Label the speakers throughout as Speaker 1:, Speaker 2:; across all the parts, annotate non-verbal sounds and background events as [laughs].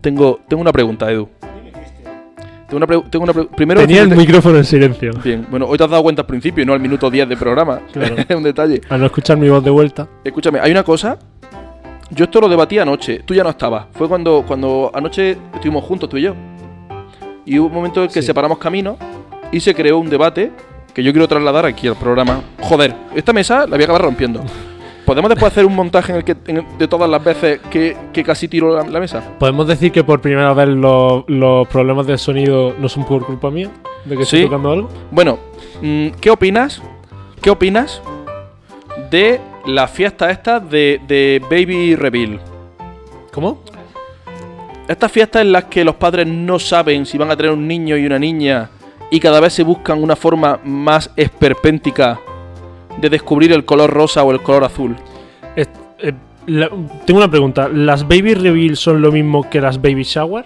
Speaker 1: Tengo, tengo una pregunta, Edu. Tengo una, pre- tengo una pre- primero
Speaker 2: Tenía el
Speaker 1: decirte-
Speaker 2: micrófono en silencio.
Speaker 1: Bien, bueno, hoy te has dado cuenta al principio y no al minuto 10 de programa.
Speaker 2: Claro.
Speaker 1: [laughs] Es un detalle.
Speaker 2: Al no escuchar mi voz de vuelta.
Speaker 1: Escúchame, hay una cosa. Yo esto lo debatí anoche. Tú ya no estabas. Fue cuando, cuando anoche estuvimos juntos, tú y yo. Y hubo un momento en que
Speaker 2: Sí.
Speaker 1: separamos caminos y se creó un debate que yo quiero trasladar aquí al programa. Joder, esta mesa la voy a acabar
Speaker 2: [laughs]
Speaker 1: rompiendo. ¿Podemos después hacer un montaje en el que, en el- de todas las veces que, que casi tiro la, la mesa?
Speaker 2: ¿Podemos decir que por primera vez lo- los problemas de sonido no son por culpa mía? ¿De que
Speaker 1: Sí.
Speaker 2: estoy tocando algo?
Speaker 1: Bueno, mm, ¿qué opinas? ¿Qué opinas de la fiesta esta de, de Baby Reveal?
Speaker 2: ¿Cómo?
Speaker 1: Estas fiestas en las que los padres no saben si van a tener un niño y una niña y cada vez se buscan una forma más esperpéntica de descubrir el color rosa o el color azul.
Speaker 2: Es- eh, la- tengo una pregunta. ¿Las baby reveal son lo mismo que las baby shower?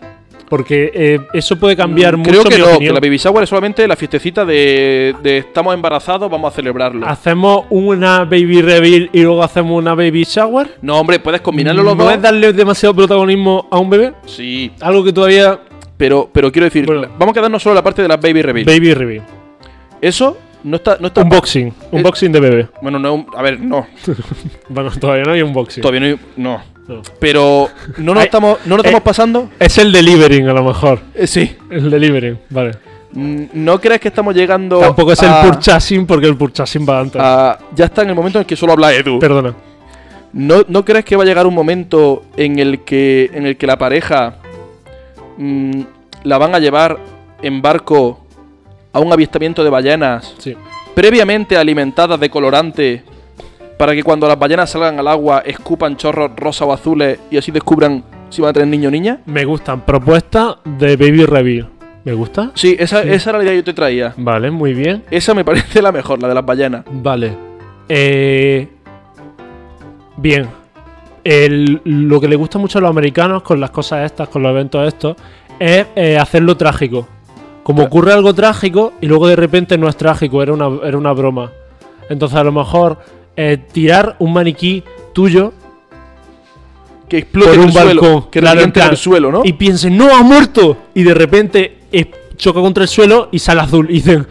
Speaker 2: Porque eh, eso puede cambiar
Speaker 1: Mm,
Speaker 2: mucho
Speaker 1: Creo que
Speaker 2: mi
Speaker 1: no, que
Speaker 2: opinión.
Speaker 1: la baby shower es solamente la fiestecita de, de estamos embarazados, vamos a celebrarlo.
Speaker 2: Ah. ¿Hacemos una baby reveal y luego hacemos una baby shower?
Speaker 1: No, hombre, puedes combinarlo los
Speaker 2: ¿No
Speaker 1: dos.
Speaker 2: es darle demasiado protagonismo a un bebé?
Speaker 1: Sí,
Speaker 2: Algo que todavía...
Speaker 1: pero, pero quiero decir,
Speaker 2: Bueno.
Speaker 1: la- vamos a quedarnos solo en la parte de las baby reveal.
Speaker 2: Baby reveal.
Speaker 1: Eso no está... No está
Speaker 2: Unboxing. Unboxing de bebé.
Speaker 1: bueno, no, es un- a ver, no,
Speaker 2: Bueno, todavía no hay unboxing.
Speaker 1: todavía no, hay- no.
Speaker 2: No.
Speaker 1: Pero no nos
Speaker 2: Ay,
Speaker 1: estamos, no nos
Speaker 2: eh,
Speaker 1: estamos pasando.
Speaker 2: Es el delivering a lo mejor.
Speaker 1: Eh, sí.
Speaker 2: El delivering, vale.
Speaker 1: Mm, ¿No crees que estamos llegando
Speaker 2: Tampoco es el
Speaker 1: a-
Speaker 2: purchasing porque el purchasing va antes.
Speaker 1: a- ya está en el momento en el que solo habla Edu.
Speaker 2: Perdona.
Speaker 1: ¿No, no crees que va a llegar un momento en el que, en el que la pareja mm, la van a llevar en barco a un avistamiento de ballenas
Speaker 2: Sí.
Speaker 1: previamente alimentadas de colorante para que cuando las ballenas salgan al agua escupan chorros rosas o azules y así descubran si van a tener niño o niña?
Speaker 2: Me gustan. Propuesta de Baby Reveal. ¿Me gusta?
Speaker 1: Sí, esa,
Speaker 2: Sí.
Speaker 1: esa era la idea que yo te traía.
Speaker 2: Vale, muy bien.
Speaker 1: Esa me parece la mejor, la de las ballenas.
Speaker 2: Vale. Eh, bien. El- lo que le gusta mucho a los americanos con las cosas estas, con los eventos estos, es eh, hacerlo trágico. Como ocurre algo trágico y luego de repente no es trágico, era una, era una broma. Entonces a lo mejor eh, tirar un maniquí tuyo
Speaker 1: Que explote
Speaker 2: por
Speaker 1: en
Speaker 2: un
Speaker 1: el suelo,
Speaker 2: balcón,
Speaker 1: que
Speaker 2: claro, en
Speaker 1: reviente en el
Speaker 2: plan,
Speaker 1: suelo, ¿no?
Speaker 2: y piensen, no, ha muerto. Y de repente eh, choca contra el suelo y sale azul. Y dicen,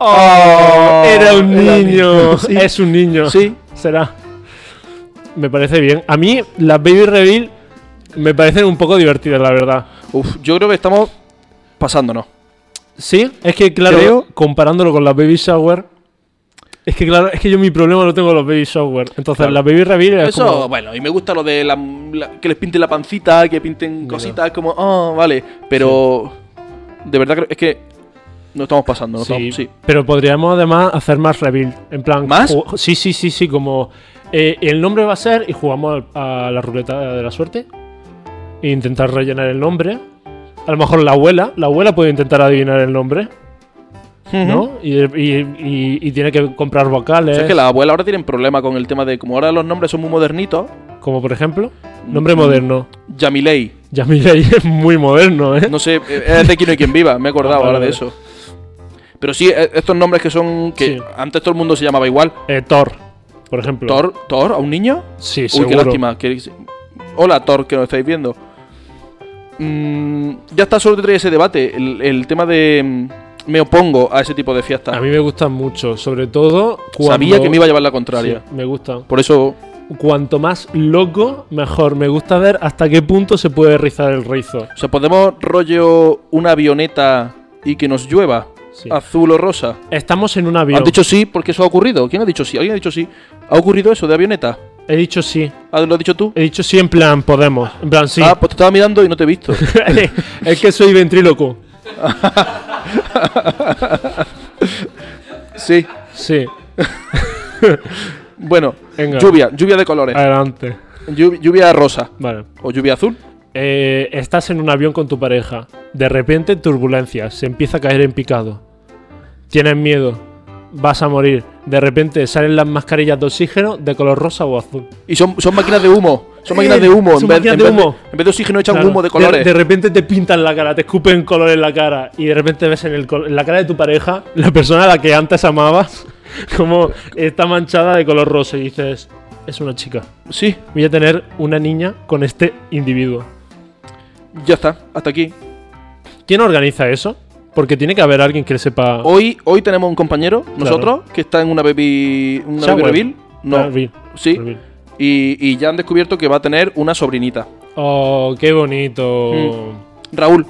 Speaker 1: Oh,
Speaker 2: era un
Speaker 1: era
Speaker 2: niño.
Speaker 1: Sí.
Speaker 2: Es un niño.
Speaker 1: Sí.
Speaker 2: Será. Me parece bien. A mí, las Baby Reveal me parecen un poco divertidas, la verdad.
Speaker 1: Uf, yo creo que estamos pasándonos.
Speaker 2: Sí, es que, claro,
Speaker 1: Creo-
Speaker 2: comparándolo con las Baby Shower. Es que, claro, es que yo mi problema lo tengo con los Baby Shower. Entonces,
Speaker 1: Claro.
Speaker 2: las Baby Reveal es
Speaker 1: Eso,
Speaker 2: como-
Speaker 1: bueno, y me gusta lo de la- la- que les pinten la pancita, que pinten
Speaker 2: Mira.
Speaker 1: cositas, como, oh, vale. Pero de verdad creo- es que no estamos pasando, no
Speaker 2: Sí,
Speaker 1: estamos- sí.
Speaker 2: pero podríamos además hacer más reveal. En plan,
Speaker 1: ¿Más?
Speaker 2: ju- Sí, sí, sí, sí, como eh, el nombre va a ser y jugamos al- a la ruleta de la suerte. E intentar rellenar el nombre. A lo mejor la abuela, la abuela puede intentar adivinar el nombre,
Speaker 1: Ujú.
Speaker 2: ¿no? Y, y- y- y tiene que comprar
Speaker 1: O
Speaker 2: vocales.
Speaker 1: sea, es que las abuelas ahora tienen problema con el tema de como ahora los nombres son muy modernitos.
Speaker 2: Como por ejemplo, nombre
Speaker 1: Mm.
Speaker 2: moderno.
Speaker 1: Yamilei,
Speaker 2: Ya mira, ahí es muy moderno, ¿eh?
Speaker 1: no sé, eh, es de quien y quien viva, me he acordado
Speaker 2: Vale,
Speaker 1: ahora de
Speaker 2: vale.
Speaker 1: eso. Pero sí, eh, estos nombres que son que
Speaker 2: Sí.
Speaker 1: antes todo el mundo se llamaba igual.
Speaker 2: Eh, Thor, por ejemplo.
Speaker 1: Thor, Thor, a un niño.
Speaker 2: Sí,
Speaker 1: Uy,
Speaker 2: seguro.
Speaker 1: qué lástima. que- Hola, Thor, que nos estáis viendo. Mm, ya está, solo te traía ese debate. El, el tema de. mm, Me opongo a ese tipo de fiestas.
Speaker 2: A mí me gustan mucho, sobre todo cuando...
Speaker 1: Sabía que me iba a llevar la contraria.
Speaker 2: Sí, me gustan.
Speaker 1: Por eso.
Speaker 2: cuanto más loco, mejor. Me gusta ver hasta qué punto se puede rizar el rizo.
Speaker 1: O sea, podemos rollo una avioneta y que nos llueva.
Speaker 2: Sí.
Speaker 1: Azul o rosa.
Speaker 2: Estamos en un avión.
Speaker 1: ¿Han dicho sí porque eso ha ocurrido? ¿Quién ha dicho sí? ¿Alguien ha dicho sí? ¿Ha ocurrido eso de avioneta?
Speaker 2: He dicho sí.
Speaker 1: Ah, ¿Lo has dicho tú?
Speaker 2: He dicho sí en plan Podemos. En plan sí.
Speaker 1: Ah, pues te estaba mirando y no te he visto.
Speaker 2: [laughs] es que soy ventríloco.
Speaker 1: sí.
Speaker 2: Sí.
Speaker 1: Bueno,
Speaker 2: Venga. Ah.
Speaker 1: lluvia, lluvia de colores.
Speaker 2: Adelante.
Speaker 1: Lluv- Lluvia rosa.
Speaker 2: Vale.
Speaker 1: O lluvia azul.
Speaker 2: Eh, estás en un avión con tu pareja. De repente, turbulencias. Se empieza a caer en picado. Tienes miedo. Vas a morir. De repente salen las mascarillas de oxígeno de color rosa o azul.
Speaker 1: Y son, son máquinas de humo. Son máquinas de humo.
Speaker 2: Son
Speaker 1: En vez,
Speaker 2: máquinas
Speaker 1: en
Speaker 2: de
Speaker 1: vez
Speaker 2: humo.
Speaker 1: en vez de oxígeno echan
Speaker 2: Claro,
Speaker 1: humo de
Speaker 2: de-
Speaker 1: colores.
Speaker 2: De, repente te pintan la cara, te escupen color en la cara y de repente ves en, el col- en la cara de tu pareja, la persona a la que antes amabas, [laughs] como está manchada de color rosa y dices, es una chica.
Speaker 1: Sí.
Speaker 2: Voy a tener una niña con este individuo.
Speaker 1: Ya está, hasta aquí.
Speaker 2: ¿Quién organiza eso? Porque tiene que haber alguien que le sepa.
Speaker 1: Hoy, hoy tenemos un compañero, nosotros, que está en una baby, una
Speaker 2: Shower.
Speaker 1: baby
Speaker 2: Ah,
Speaker 1: reveal. No,
Speaker 2: Reveal,
Speaker 1: sí.
Speaker 2: reveal.
Speaker 1: Y, y ya han descubierto que va a tener una sobrinita.
Speaker 2: Oh, qué bonito.
Speaker 1: Raúl,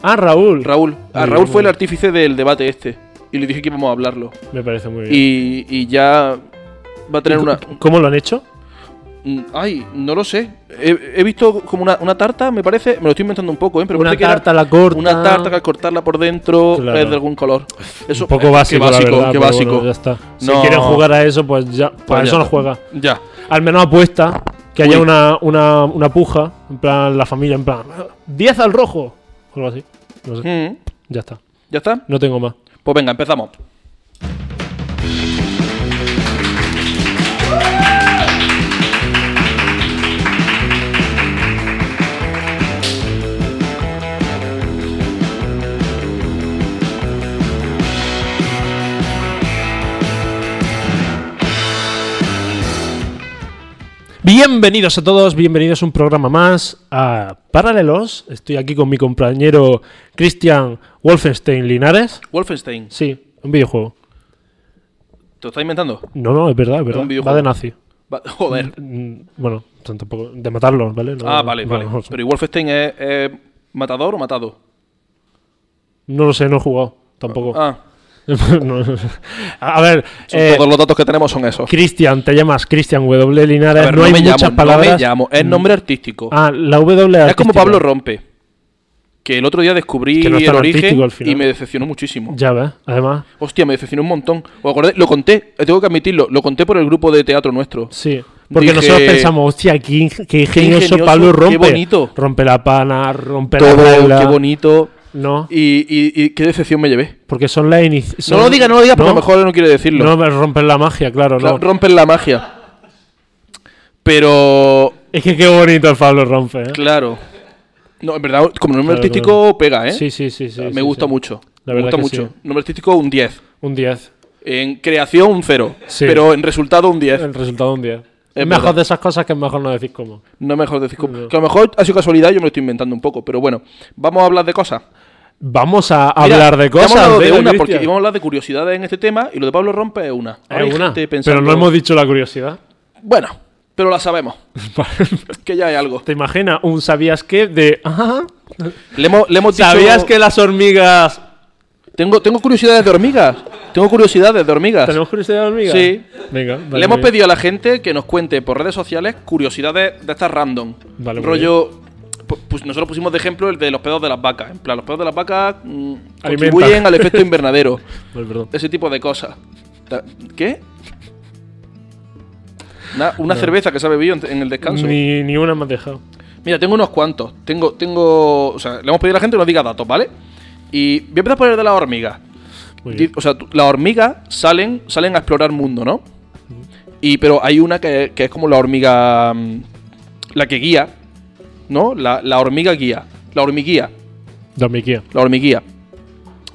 Speaker 2: Ah, Raúl.
Speaker 1: Mm. Raúl. A
Speaker 2: Ay,
Speaker 1: Raúl fue el
Speaker 2: Raúl.
Speaker 1: artífice del debate este. Y le dije que íbamos a hablarlo.
Speaker 2: Me parece muy bien.
Speaker 1: Y, y ya va a tener una...
Speaker 2: ¿Cómo lo han hecho?
Speaker 1: Mm, Ay, no lo sé. He, he visto como una, una tarta, me parece. Me lo estoy inventando un poco, ¿eh? Pero
Speaker 2: una
Speaker 1: parece que era
Speaker 2: tarta la corta.
Speaker 1: Una tarta que al cortarla por dentro
Speaker 2: Claro.
Speaker 1: es de algún color. Eso,
Speaker 2: un poco
Speaker 1: eh,
Speaker 2: básico,
Speaker 1: Qué
Speaker 2: la
Speaker 1: básico,
Speaker 2: verdad,
Speaker 1: qué
Speaker 2: pero
Speaker 1: básico.
Speaker 2: bueno, ya está. Si
Speaker 1: No.
Speaker 2: quieren jugar a eso, pues ya. Para
Speaker 1: Pues ya
Speaker 2: eso no
Speaker 1: está.
Speaker 2: juega.
Speaker 1: Ya.
Speaker 2: Al menos apuesta que haya
Speaker 1: Uy.
Speaker 2: una, una, una puja. En plan, la familia, en plan. ¡10 al rojo! O algo así. No sé.
Speaker 1: Mm,
Speaker 2: Ya está.
Speaker 1: ¿Ya está?
Speaker 2: No tengo más.
Speaker 1: Pues venga, empezamos.
Speaker 2: Bienvenidos a todos, bienvenidos a un programa más a Paralelos. Estoy aquí con mi compañero Cristian Wolfenstein Linares.
Speaker 1: Wolfenstein,
Speaker 2: Sí, un videojuego.
Speaker 1: ¿te lo estás inventando?
Speaker 2: No, no, es verdad, es verdad. Va
Speaker 1: videojuego.
Speaker 2: de nazi.
Speaker 1: Va- [laughs] joder.
Speaker 2: Mm, Bueno, tampoco. De matarlos, ¿vale? No,
Speaker 1: Ah, vale,
Speaker 2: no,
Speaker 1: vale.
Speaker 2: No,
Speaker 1: Pero ¿y Wolfenstein es, es matador o matado?
Speaker 2: no lo sé, no he jugado tampoco.
Speaker 1: Ah,
Speaker 2: [laughs] No, no. a ver,
Speaker 1: son
Speaker 2: eh,
Speaker 1: todos los datos que tenemos son esos.
Speaker 2: Cristian, te llamas Cristian W. Linares.
Speaker 1: A ver,
Speaker 2: no, hay
Speaker 1: me
Speaker 2: muchas
Speaker 1: llamo,
Speaker 2: palabras. Mm.
Speaker 1: No me llamo, es nombre artístico.
Speaker 2: Ah, la W.
Speaker 1: es como
Speaker 2: artística.
Speaker 1: Pablo Rompe. Que el otro día descubrí
Speaker 2: Que no es tan
Speaker 1: el origen
Speaker 2: artístico al final.
Speaker 1: y me decepcionó muchísimo.
Speaker 2: Ya ves, además.
Speaker 1: Hostia, me decepcionó un montón. ¿Os acordáis? Lo conté, eh, tengo que admitirlo, lo conté por el grupo de teatro nuestro.
Speaker 2: Sí. Porque
Speaker 1: Dije-
Speaker 2: nosotros pensamos, hostia, qué, ing- qué ingenioso,
Speaker 1: ingenioso,
Speaker 2: Pablo
Speaker 1: qué
Speaker 2: rompe.
Speaker 1: bonito.
Speaker 2: Rompe la pana, rompe
Speaker 1: Todo,
Speaker 2: la regla.
Speaker 1: qué bonito.
Speaker 2: No,
Speaker 1: Y, y- y qué decepción me llevé.
Speaker 2: porque son las iniciales.
Speaker 1: No lo diga, no lo diga, porque a lo mejor no quiere decirlo.
Speaker 2: No, me rompen la magia, claro,
Speaker 1: Claro,
Speaker 2: no.
Speaker 1: Rompen la magia. Pero,
Speaker 2: Es que qué bonito el Pablo rompe, ¿eh?
Speaker 1: claro. No, en verdad, como nombre
Speaker 2: Claro,
Speaker 1: artístico pega, ¿eh?
Speaker 2: Sí, sí, sí, sí.
Speaker 1: me
Speaker 2: sí,
Speaker 1: gusta
Speaker 2: sí.
Speaker 1: mucho.
Speaker 2: La
Speaker 1: me gusta
Speaker 2: verdad que
Speaker 1: mucho.
Speaker 2: sí.
Speaker 1: Nombre artístico un 10.
Speaker 2: Un 10.
Speaker 1: En creación un 0.
Speaker 2: Sí.
Speaker 1: Pero en resultado un 10.
Speaker 2: El resultado un 10. Es,
Speaker 1: verdad.
Speaker 2: mejor de esas cosas que es mejor no decir cómo.
Speaker 1: No es mejor decir. Que a lo mejor ha sido casualidad, yo me lo estoy inventando un poco. Pero bueno, vamos a hablar de cosas.
Speaker 2: Vamos a
Speaker 1: Mira,
Speaker 2: hablar de
Speaker 1: ya hemos
Speaker 2: cosas.
Speaker 1: hablado de
Speaker 2: venga,
Speaker 1: una, porque
Speaker 2: Cristian.
Speaker 1: íbamos a hablar de curiosidades en este tema y lo de Pablo Rompe es una. Ahora hay
Speaker 2: Es una.
Speaker 1: gente
Speaker 2: Pero
Speaker 1: pensando-
Speaker 2: no hemos dicho la curiosidad. [laughs]
Speaker 1: Bueno, pero la sabemos. [laughs] que ya hay algo.
Speaker 2: ¿Te imaginas un sabías qué de. "Ah,
Speaker 1: Le hemos, le hemos dicho-
Speaker 2: ¿Sabías que las hormigas.
Speaker 1: Tengo, tengo curiosidades de hormigas. Tengo curiosidades de hormigas.
Speaker 2: ¿Tenemos curiosidad de hormigas?
Speaker 1: Sí.
Speaker 2: Venga, vale,
Speaker 1: le hemos
Speaker 2: muy bien.
Speaker 1: pedido a la gente que nos cuente por redes sociales curiosidades de estas random.
Speaker 2: Vale, muy
Speaker 1: Rollo. pu- Pues nosotros pusimos de ejemplo el de los pedos de las vacas. En plan, los pedos de las vacas mm, contribuyen al
Speaker 2: [laughs]
Speaker 1: efecto invernadero.
Speaker 2: Vale, perdón.
Speaker 1: Ese tipo de cosas. Ta- ¿Qué? Na- una cerveza que se ha bebido en, en el descanso.
Speaker 2: Ni, ni una me has dejado.
Speaker 1: Mira, tengo unos cuantos. Tengo, tengo. O sea, le hemos pedido a la gente que nos diga datos, ¿vale? Y voy a empezar por el de las hormigas.
Speaker 2: Muy
Speaker 1: Di-
Speaker 2: bien.
Speaker 1: O sea, tú- las hormigas salen, salen a explorar mundo, ¿no? Y pero hay una que, que es como la hormiga. mm, La que guía, ¿no? La, la hormiga guía. La hormiguía.
Speaker 2: Dormiquía.
Speaker 1: La hormiguía.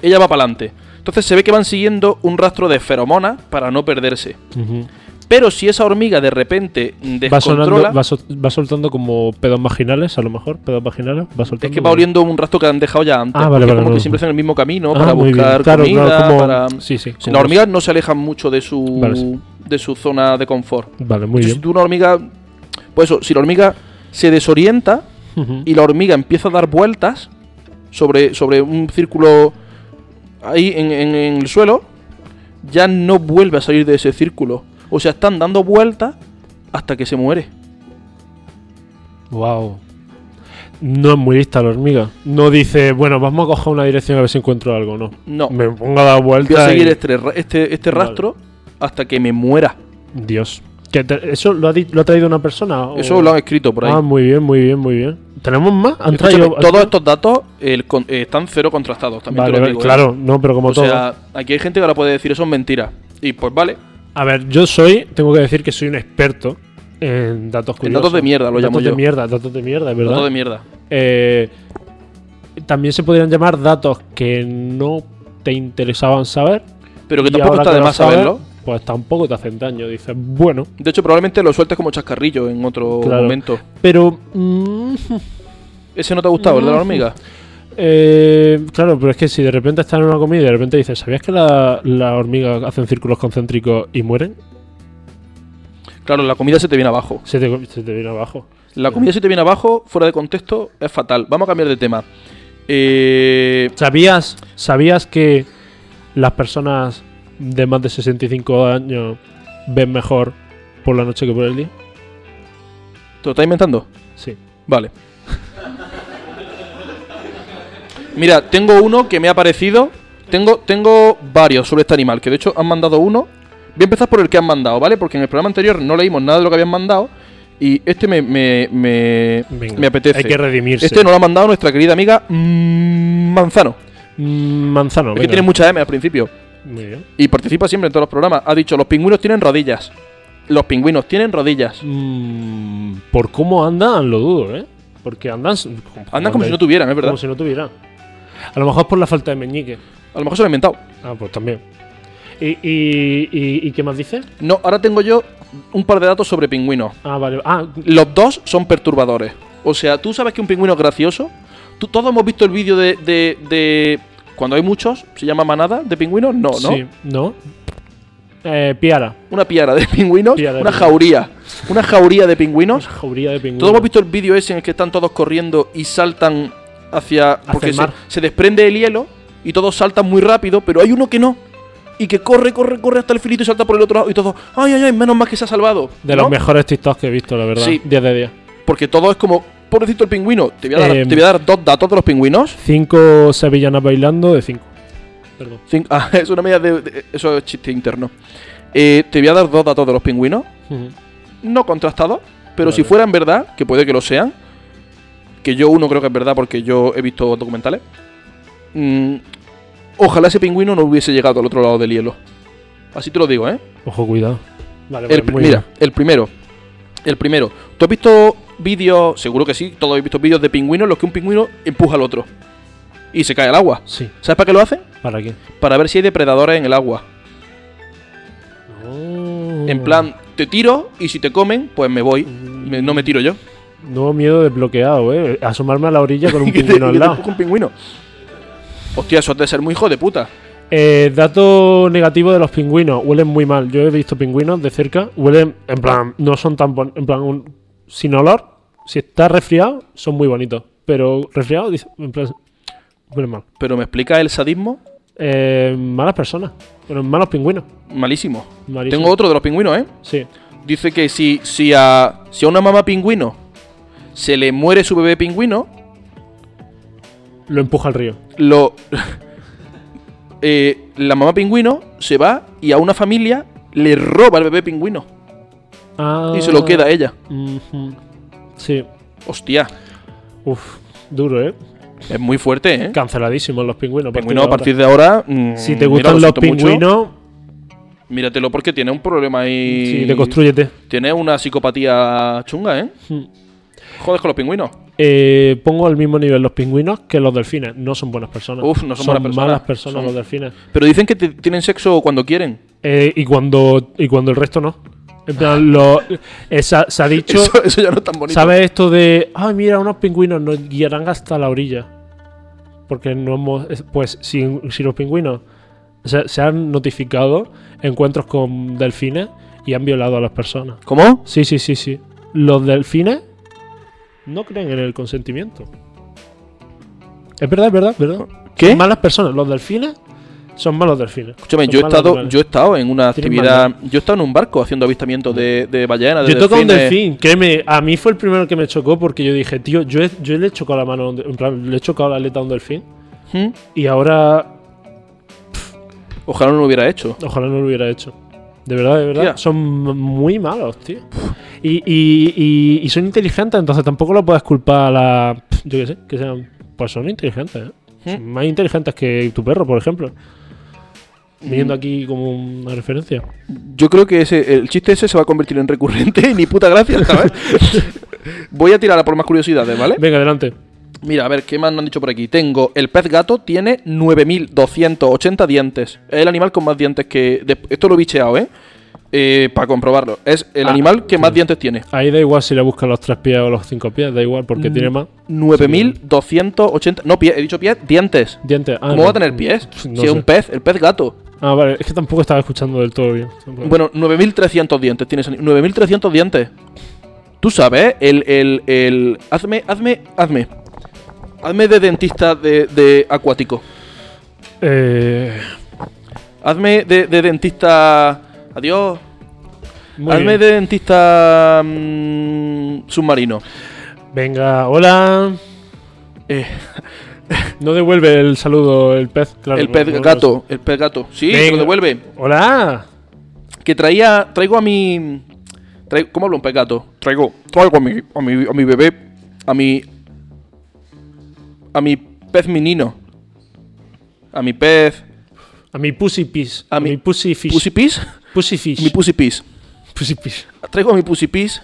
Speaker 1: Ella va para adelante. Entonces se ve que van siguiendo un rastro de feromonas para no perderse. Pero si esa hormiga de repente
Speaker 2: Va, sonando,
Speaker 1: descontrola.
Speaker 2: va, sol- va soltando como pedos vaginales, a lo mejor. Pedos vaginales. Va soltando.
Speaker 1: Es que va oliendo un rastro que han dejado ya antes.
Speaker 2: Ah,
Speaker 1: porque
Speaker 2: vale, vale,
Speaker 1: Como
Speaker 2: vale.
Speaker 1: que siempre hacen el mismo camino
Speaker 2: Ah,
Speaker 1: para
Speaker 2: muy bien.
Speaker 1: buscar
Speaker 2: Claro,
Speaker 1: comida.
Speaker 2: claro, como-
Speaker 1: para...
Speaker 2: sí, sí,
Speaker 1: Si
Speaker 2: como
Speaker 1: las
Speaker 2: los-
Speaker 1: hormigas no se alejan mucho de su,
Speaker 2: Vale, sí.
Speaker 1: de su zona de confort.
Speaker 2: Vale, muy
Speaker 1: Entonces, si
Speaker 2: bien.
Speaker 1: tú una hormiga. Pues eso, si la hormiga se desorienta
Speaker 2: Ujú.
Speaker 1: y la hormiga empieza a dar vueltas sobre, sobre un círculo ahí en, en- en el suelo, ya no vuelve a salir de ese círculo. O sea, están dando vueltas hasta que se muere.
Speaker 2: Wow. No es muy lista la hormiga. No dice, bueno, vamos a coger una dirección a ver si encuentro algo, no.
Speaker 1: No.
Speaker 2: Me pongo a dar
Speaker 1: Voy a
Speaker 2: vueltas.
Speaker 1: seguir
Speaker 2: y-
Speaker 1: este, ra- este, este
Speaker 2: Vale.
Speaker 1: rastro hasta que me muera.
Speaker 2: Dios. ¿Que te- ¿Eso lo ha, di- lo ha traído una persona? o-
Speaker 1: Eso lo han escrito por ahí.
Speaker 2: Oh. Ah, muy bien, muy bien, muy bien. ¿Tenemos más? ¿Han
Speaker 1: Escúchame,
Speaker 2: traído- han
Speaker 1: todos
Speaker 2: traído-
Speaker 1: estos datos el con- eh, están cero contrastados, también
Speaker 2: Vale,
Speaker 1: te lo
Speaker 2: vale,
Speaker 1: digo. ¿eh?
Speaker 2: claro, no, pero como
Speaker 1: O
Speaker 2: todo.
Speaker 1: sea, aquí hay gente que ahora puede decir eso es mentira. Y pues vale,
Speaker 2: a ver, yo soy, tengo que decir que soy un experto en datos curiosos.
Speaker 1: datos de mierda, lo llamo
Speaker 2: Datos de
Speaker 1: yo.
Speaker 2: mierda, datos de mierda, es ¿verdad?
Speaker 1: todo de mierda.
Speaker 2: Eh, también se podrían llamar datos que no te interesaban saber.
Speaker 1: Pero que
Speaker 2: y
Speaker 1: tampoco
Speaker 2: ahora
Speaker 1: está
Speaker 2: que
Speaker 1: de
Speaker 2: lo
Speaker 1: más
Speaker 2: sabes,
Speaker 1: saberlo.
Speaker 2: Pues tampoco te hacen daño, dices, bueno,
Speaker 1: De hecho, probablemente lo sueltes como chascarrillo en otro
Speaker 2: Claro.
Speaker 1: momento.
Speaker 2: pero... mm, [laughs]
Speaker 1: Ese no te ha gustado, el de la hormiga.
Speaker 2: Eh, claro, pero es que si de repente estás en una comida y de repente dices, ¿sabías que la- las hormigas hacen círculos concéntricos y mueren?
Speaker 1: Claro, la comida se te viene abajo.
Speaker 2: Se te, se te viene abajo.
Speaker 1: La comida se te viene abajo, fuera de contexto, es fatal. Vamos a cambiar de tema. Eh,
Speaker 2: ¿Sabías, ¿Sabías que las personas de más de 65 años ven mejor por la noche que por el día?
Speaker 1: ¿Te lo estás inventando?
Speaker 2: Sí.
Speaker 1: Vale. Mira, tengo uno que me ha parecido. Tengo, tengo varios sobre este animal, que de hecho han mandado uno. Voy a empezar por el que han mandado, ¿vale? Porque en el programa anterior no leímos nada de lo que habían mandado. Y este me, me, me,
Speaker 2: Venga,
Speaker 1: me apetece.
Speaker 2: Hay que redimirse.
Speaker 1: este nos lo ha mandado nuestra querida amiga mm, Manzano.
Speaker 2: Mm, Manzano,
Speaker 1: Es que
Speaker 2: venga.
Speaker 1: tiene mucha M al principio.
Speaker 2: Muy bien.
Speaker 1: Y participa siempre en todos los programas. Ha dicho, los pingüinos tienen rodillas. Los pingüinos tienen rodillas.
Speaker 2: Mm, por cómo andan, lo dudo, ¿eh? Porque andan... s-
Speaker 1: Andan como si no tuvieran, es verdad.
Speaker 2: Como si no tuvieran. A lo mejor por la falta de meñique.
Speaker 1: A lo mejor se lo he inventado.
Speaker 2: Ah, pues también. ¿Y, y, y- y qué más dice?
Speaker 1: No, ahora tengo yo un par de datos sobre pingüinos.
Speaker 2: Ah, vale. Ah,
Speaker 1: Los dos son perturbadores. O sea, tú sabes que un pingüino es gracioso. Tú, todos hemos visto el vídeo de, de- de- Cuando hay muchos, se llama manada de pingüinos. No, ¿no?
Speaker 2: sí. ¿No? Eh, piara.
Speaker 1: Una piara de pingüinos.
Speaker 2: Piara de
Speaker 1: una
Speaker 2: pingüinos.
Speaker 1: jauría. Una jauría de pingüinos.
Speaker 2: Jauría de pingüinos.
Speaker 1: Todos hemos visto el vídeo ese en el que están todos corriendo y saltan hacia. Porque
Speaker 2: el
Speaker 1: se,
Speaker 2: mar.
Speaker 1: se desprende el hielo y todos saltan muy rápido, pero hay uno que no. Y que corre, corre, corre hasta el filito y salta por el otro lado. Y todos, ay, ay, ay, menos mal que se ha salvado.
Speaker 2: De
Speaker 1: ¿no?
Speaker 2: los mejores TikToks que he visto, la verdad.
Speaker 1: Sí.
Speaker 2: 10 de 10.
Speaker 1: Porque todo es como, pobrecito el pingüino. Te voy a dar,
Speaker 2: Em.
Speaker 1: te voy a dar dos datos de los pingüinos.
Speaker 2: 5 sevillanas bailando de 5. Perdón.
Speaker 1: Cin- [laughs] ah, es una media de, de- Eso es chiste interno. Eh, te voy a dar dos datos de los pingüinos. No contrastados, pero si
Speaker 2: Vale.
Speaker 1: fueran verdad, que puede que lo sean. Que yo uno creo que es verdad porque yo he visto documentales. mm, ojalá ese pingüino no hubiese llegado al otro lado del hielo. Así te lo digo, ¿eh?
Speaker 2: Ojo, cuidado. Vale,
Speaker 1: El
Speaker 2: vale,
Speaker 1: pri-
Speaker 2: muy
Speaker 1: mira,
Speaker 2: bien.
Speaker 1: el primero. El primero. ¿Tú has visto vídeos? Seguro que sí, todos habéis visto vídeos de pingüinos en los que un pingüino empuja al otro. Y se cae al agua.
Speaker 2: Sí,
Speaker 1: ¿Sabes para qué lo hace?
Speaker 2: ¿para qué?
Speaker 1: Para ver si hay depredadores en el agua.
Speaker 2: Mm.
Speaker 1: En plan, te tiro y si te comen, pues me voy. Me- no me tiro yo.
Speaker 2: Nuevo miedo desbloqueado, eh. Asomarme a la
Speaker 1: [laughs]
Speaker 2: orilla con un
Speaker 1: Que te-
Speaker 2: pingüino
Speaker 1: que
Speaker 2: al
Speaker 1: te
Speaker 2: lado.
Speaker 1: empuja un pingüino. Hostia, eso debe ser muy hijo de puta.
Speaker 2: Eh, dato negativo de los pingüinos. Huelen muy mal. Yo he visto pingüinos de cerca. Huelen, en plan, no son tan bon- En plan, un- sin olor. Si está resfriado, son muy bonitos. Pero resfriado, dice- en plan, huelen mal.
Speaker 1: Pero me explica el sadismo
Speaker 2: Eh, malas personas. Pero malos pingüinos.
Speaker 1: malísimo.
Speaker 2: Malísimo.
Speaker 1: Tengo otro de los pingüinos, ¿eh?
Speaker 2: Sí.
Speaker 1: Dice que si, si, a, si a una mamá pingüino se le muere su bebé pingüino,
Speaker 2: Lo empuja al río.
Speaker 1: lo [laughs] eh, la mamá pingüino se va y a una familia le roba el bebé pingüino
Speaker 2: Ah,
Speaker 1: y se lo queda a ella.
Speaker 2: ujú. Sí.
Speaker 1: Hostia,
Speaker 2: Uf. Duro, ¿eh?
Speaker 1: es muy fuerte, ¿eh?
Speaker 2: Canceladísimos los pingüinos.
Speaker 1: Pingüino a
Speaker 2: de
Speaker 1: partir
Speaker 2: ahora.
Speaker 1: de ahora. mm,
Speaker 2: Si
Speaker 1: mira,
Speaker 2: te gustan
Speaker 1: lo
Speaker 2: los
Speaker 1: siento mucho,
Speaker 2: pingüinos,
Speaker 1: míratelo porque tiene un problema ahí.
Speaker 2: sí, deconstrúyete.
Speaker 1: Tiene una psicopatía chunga, ¿eh?
Speaker 2: Hmm.
Speaker 1: Joder con los pingüinos.
Speaker 2: Eh, pongo al mismo nivel los pingüinos que los delfines. No son buenas personas.
Speaker 1: Uf, no son buenas personas.
Speaker 2: malas personas
Speaker 1: Son-
Speaker 2: los delfines.
Speaker 1: Pero dicen que te- tienen sexo cuando quieren.
Speaker 2: Eh, y, cuando, y cuando el resto no. En plan, lo- eh, se, ha- se ha dicho.
Speaker 1: Eso, eso ya no Ah. [laughs] es tan bonito.
Speaker 2: ¿Sabes esto de. Ay, mira, unos pingüinos nos guiarán hasta la orilla? Porque no hemos. es- Pues si, si los pingüinos se, se han notificado encuentros con delfines y han violado a las personas.
Speaker 1: ¿Cómo?
Speaker 2: Sí, sí, sí, sí. Los delfines no creen en el consentimiento. Es verdad, es verdad, es verdad.
Speaker 1: ¿Qué?
Speaker 2: Son malas personas. Los delfines son malos delfines.
Speaker 1: Escúchame,
Speaker 2: Son
Speaker 1: yo he,
Speaker 2: malos
Speaker 1: estado,
Speaker 2: animales.
Speaker 1: yo he estado en una
Speaker 2: Tienen
Speaker 1: actividad. Yo he estado en un barco haciendo avistamientos de, de ballenas. de
Speaker 2: Yo he tocado un
Speaker 1: delfines.
Speaker 2: delfín, créeme, a mí fue el primero que me chocó porque yo dije, tío, yo, he- yo le he chocado la mano, a un de- en plan, le he chocado la aleta a un delfín
Speaker 1: ¿Mm?
Speaker 2: y ahora
Speaker 1: Ojalá no lo hubiera hecho.
Speaker 2: ojalá no lo hubiera hecho. De verdad, de verdad,
Speaker 1: Tía.
Speaker 2: son m- muy malos, tío. Y, y, y- y son inteligentes, entonces tampoco lo puedes culpar a la... pf, Yo qué sé, que sean... Pues son inteligentes,
Speaker 1: ¿Mm?
Speaker 2: ¿eh? Son más inteligentes que tu perro, por ejemplo.
Speaker 1: Mm.
Speaker 2: Viniendo aquí como una referencia.
Speaker 1: Yo creo que ese, el chiste ese se va a convertir en recurrente [laughs] y ni puta gracia,
Speaker 2: [laughs]
Speaker 1: ¿sabes? Voy a tirar a por más curiosidades, ¿vale?
Speaker 2: Venga, adelante.
Speaker 1: Mira, a ver, ¿qué más nos han dicho por aquí? Tengo, el pez gato tiene 9280 dientes. Es el animal con más dientes que. de- esto lo he bicheado, ¿eh? eh, para comprobarlo. Es el
Speaker 2: Ah,
Speaker 1: animal que más dientes tiene.
Speaker 2: Ahí da igual si le buscan los tres pies o los cinco pies, da igual porque
Speaker 1: Mm.
Speaker 2: tiene más
Speaker 1: 9.280. No, pie, he dicho pies, dientes.
Speaker 2: dientes. Ah,
Speaker 1: ¿Cómo
Speaker 2: no.
Speaker 1: va a tener pies? si
Speaker 2: No sé.
Speaker 1: es un pez, el pez gato.
Speaker 2: Ah, vale, es que tampoco estaba escuchando del todo bien.
Speaker 1: Bueno, 9.300 dientes tienes. 9.300 dientes. Tú sabes, ¿eh? el, el, el... Hazme, hazme, hazme. Hazme de dentista de, de acuático.
Speaker 2: Eh,
Speaker 1: Hazme de, de dentista... Adiós.
Speaker 2: muy
Speaker 1: hazme
Speaker 2: bien.
Speaker 1: de dentista mm, submarino.
Speaker 2: Venga, hola.
Speaker 1: Eh,
Speaker 2: No devuelve el saludo el pez, claro.
Speaker 1: el
Speaker 2: no,
Speaker 1: pez
Speaker 2: no, no.
Speaker 1: gato. El pez gato. Sí, te
Speaker 2: Venga.
Speaker 1: lo devuelve.
Speaker 2: Hola.
Speaker 1: Que traía... Traigo a mi... trai- ¿Cómo hablo un pez gato? Traigo... Traigo a mi, a mi, a mi bebé. A mi... A mi pez menino. A mi pez...
Speaker 2: A mi pussy pis.
Speaker 1: A
Speaker 2: A,
Speaker 1: mi-
Speaker 2: mi, pussy fish.
Speaker 1: Pussy Peace.
Speaker 2: Pussy, fish.
Speaker 1: Mi Pussy Peace.
Speaker 2: pussy fish.
Speaker 1: Traigo a mi Pussy Peace.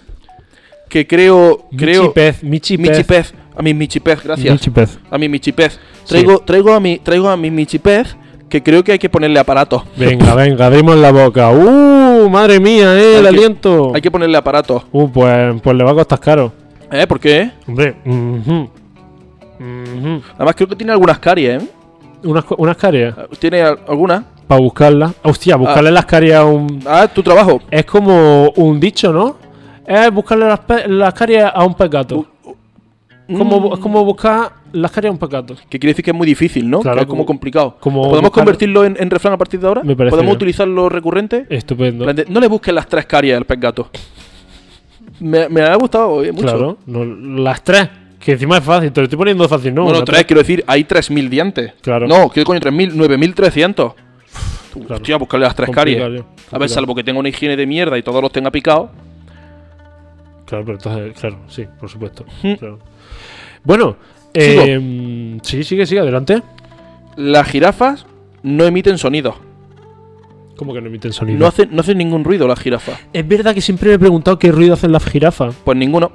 Speaker 1: Que creo...
Speaker 2: Michi
Speaker 1: creo
Speaker 2: pez. Michi pez.
Speaker 1: Michi Pez. A mi Michi Pez, gracias.
Speaker 2: Michi pez.
Speaker 1: A mi Michi Pez. Traigo, traigo, a mi, traigo a mi Michi Pez. Que creo que hay que ponerle aparatos.
Speaker 2: Venga, venga, abrimos la boca. ¡Uh! Madre mía, eh,
Speaker 1: Hay
Speaker 2: el
Speaker 1: que-
Speaker 2: aliento.
Speaker 1: [laughs] Hay que ponerle aparatos.
Speaker 2: Uh, pues, pues le va a costar caro.
Speaker 1: ¿Eh? ¿Por qué?
Speaker 2: Hombre. mhm. Mhm.
Speaker 1: Además creo que tiene algunas caries, ¿eh?
Speaker 2: Unas, cu- unas caries.
Speaker 1: ¿Tiene al- alguna?
Speaker 2: Para buscarlas. Hostia, buscarle las caries a un.
Speaker 1: Ah, tu trabajo.
Speaker 2: Es como un dicho, ¿no? Es buscarle las, pe- las caries a un pez
Speaker 1: Bu-
Speaker 2: gato.
Speaker 1: Mm,
Speaker 2: Como, bu- es como buscar las caries a un pez gato.
Speaker 1: Que quiere decir que es muy difícil, ¿no?
Speaker 2: Claro,
Speaker 1: que es como
Speaker 2: como-
Speaker 1: complicado.
Speaker 2: como
Speaker 1: ¿Podemos
Speaker 2: buscar-
Speaker 1: convertirlo en, en refrán a partir de ahora?
Speaker 2: Me parece
Speaker 1: ¿Podemos
Speaker 2: bien. Eh,
Speaker 1: utilizarlo recurrente?
Speaker 2: Estupendo.
Speaker 1: Plan de, No le busques las tres caries al pez gato. Me, me ha gustado eh, mucho.
Speaker 2: Claro, no, las tres. Que encima es fácil, te lo estoy poniendo fácil, ¿no?
Speaker 1: bueno,
Speaker 2: Una
Speaker 1: tres, quiero decir, hay 3.000 dientes.
Speaker 2: Claro.
Speaker 1: No, ¿qué coño? 3.000, 9.300.
Speaker 2: Claro.
Speaker 1: Hostia, buscarle las tres caries. A
Speaker 2: Complicado,
Speaker 1: ver,
Speaker 2: complicado.
Speaker 1: salvo que tenga una higiene de mierda y todos los tenga picados.
Speaker 2: Claro, pero entonces, claro, sí, por supuesto.
Speaker 1: Hmm.
Speaker 2: claro. Bueno,
Speaker 1: Sigo.
Speaker 2: eh, mm, sí, sigue, sigue, adelante.
Speaker 1: Las jirafas no emiten sonidos.
Speaker 2: ¿Cómo que no emiten sonido?
Speaker 1: No hacen, no hacen ningún ruido las jirafas.
Speaker 2: Es verdad que siempre me he preguntado qué ruido hacen las jirafas.
Speaker 1: Pues ninguno.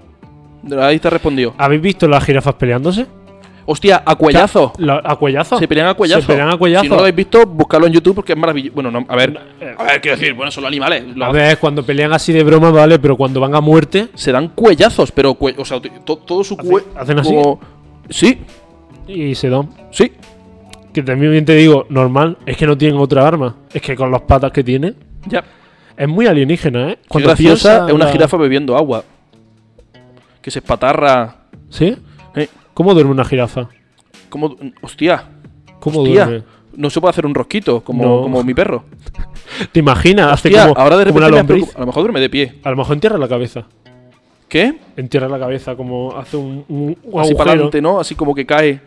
Speaker 1: Ahí te respondió.
Speaker 2: ¿Habéis visto las jirafas peleándose?
Speaker 1: Hostia, a cuellazo.
Speaker 2: La- ¿A cuellazo?
Speaker 1: Se pelean a cuellazo.
Speaker 2: Se pelean a cuellazo. Eh.
Speaker 1: Si no lo habéis visto, buscadlo en YouTube porque es maravilloso. Bueno, no, a ver. A ver, quiero decir, bueno, son los animales.
Speaker 2: A
Speaker 1: Los-
Speaker 2: ver, cuando pelean así de broma, vale, pero cuando van a muerte.
Speaker 1: Se dan cuellazos, pero. cue- o sea, to- todo su
Speaker 2: ¿Hacen-
Speaker 1: cue.
Speaker 2: hacen así?
Speaker 1: como- Sí,
Speaker 2: Y se dan.
Speaker 1: sí.
Speaker 2: Que también bien te digo, normal, es que no tienen otra arma. Es que con las patas que tiene.
Speaker 1: Ya.
Speaker 2: Es muy alienígena, ¿eh?
Speaker 1: Qué
Speaker 2: Cuando
Speaker 1: graciosa
Speaker 2: piensa
Speaker 1: es una
Speaker 2: la-
Speaker 1: jirafa bebiendo agua. Que se espatarra.
Speaker 2: ¿Sí?
Speaker 1: Eh,
Speaker 2: ¿Cómo duerme una jirafa?
Speaker 1: ¿Cómo? Hostia.
Speaker 2: ¿Cómo duerme?
Speaker 1: Hostia. No se puede hacer un rosquito como,
Speaker 2: No.
Speaker 1: como mi perro.
Speaker 2: ¿Te imaginas? Hace
Speaker 1: Hostia,
Speaker 2: como,
Speaker 1: ahora de repente.
Speaker 2: como una
Speaker 1: me
Speaker 2: lombriz.
Speaker 1: preocupa- a lo mejor duerme de pie.
Speaker 2: A lo mejor entierra la cabeza.
Speaker 1: ¿Qué?
Speaker 2: Entierra la cabeza, como hace un, un, un
Speaker 1: Así para
Speaker 2: agujero.
Speaker 1: adelante, ¿no? Así como que cae.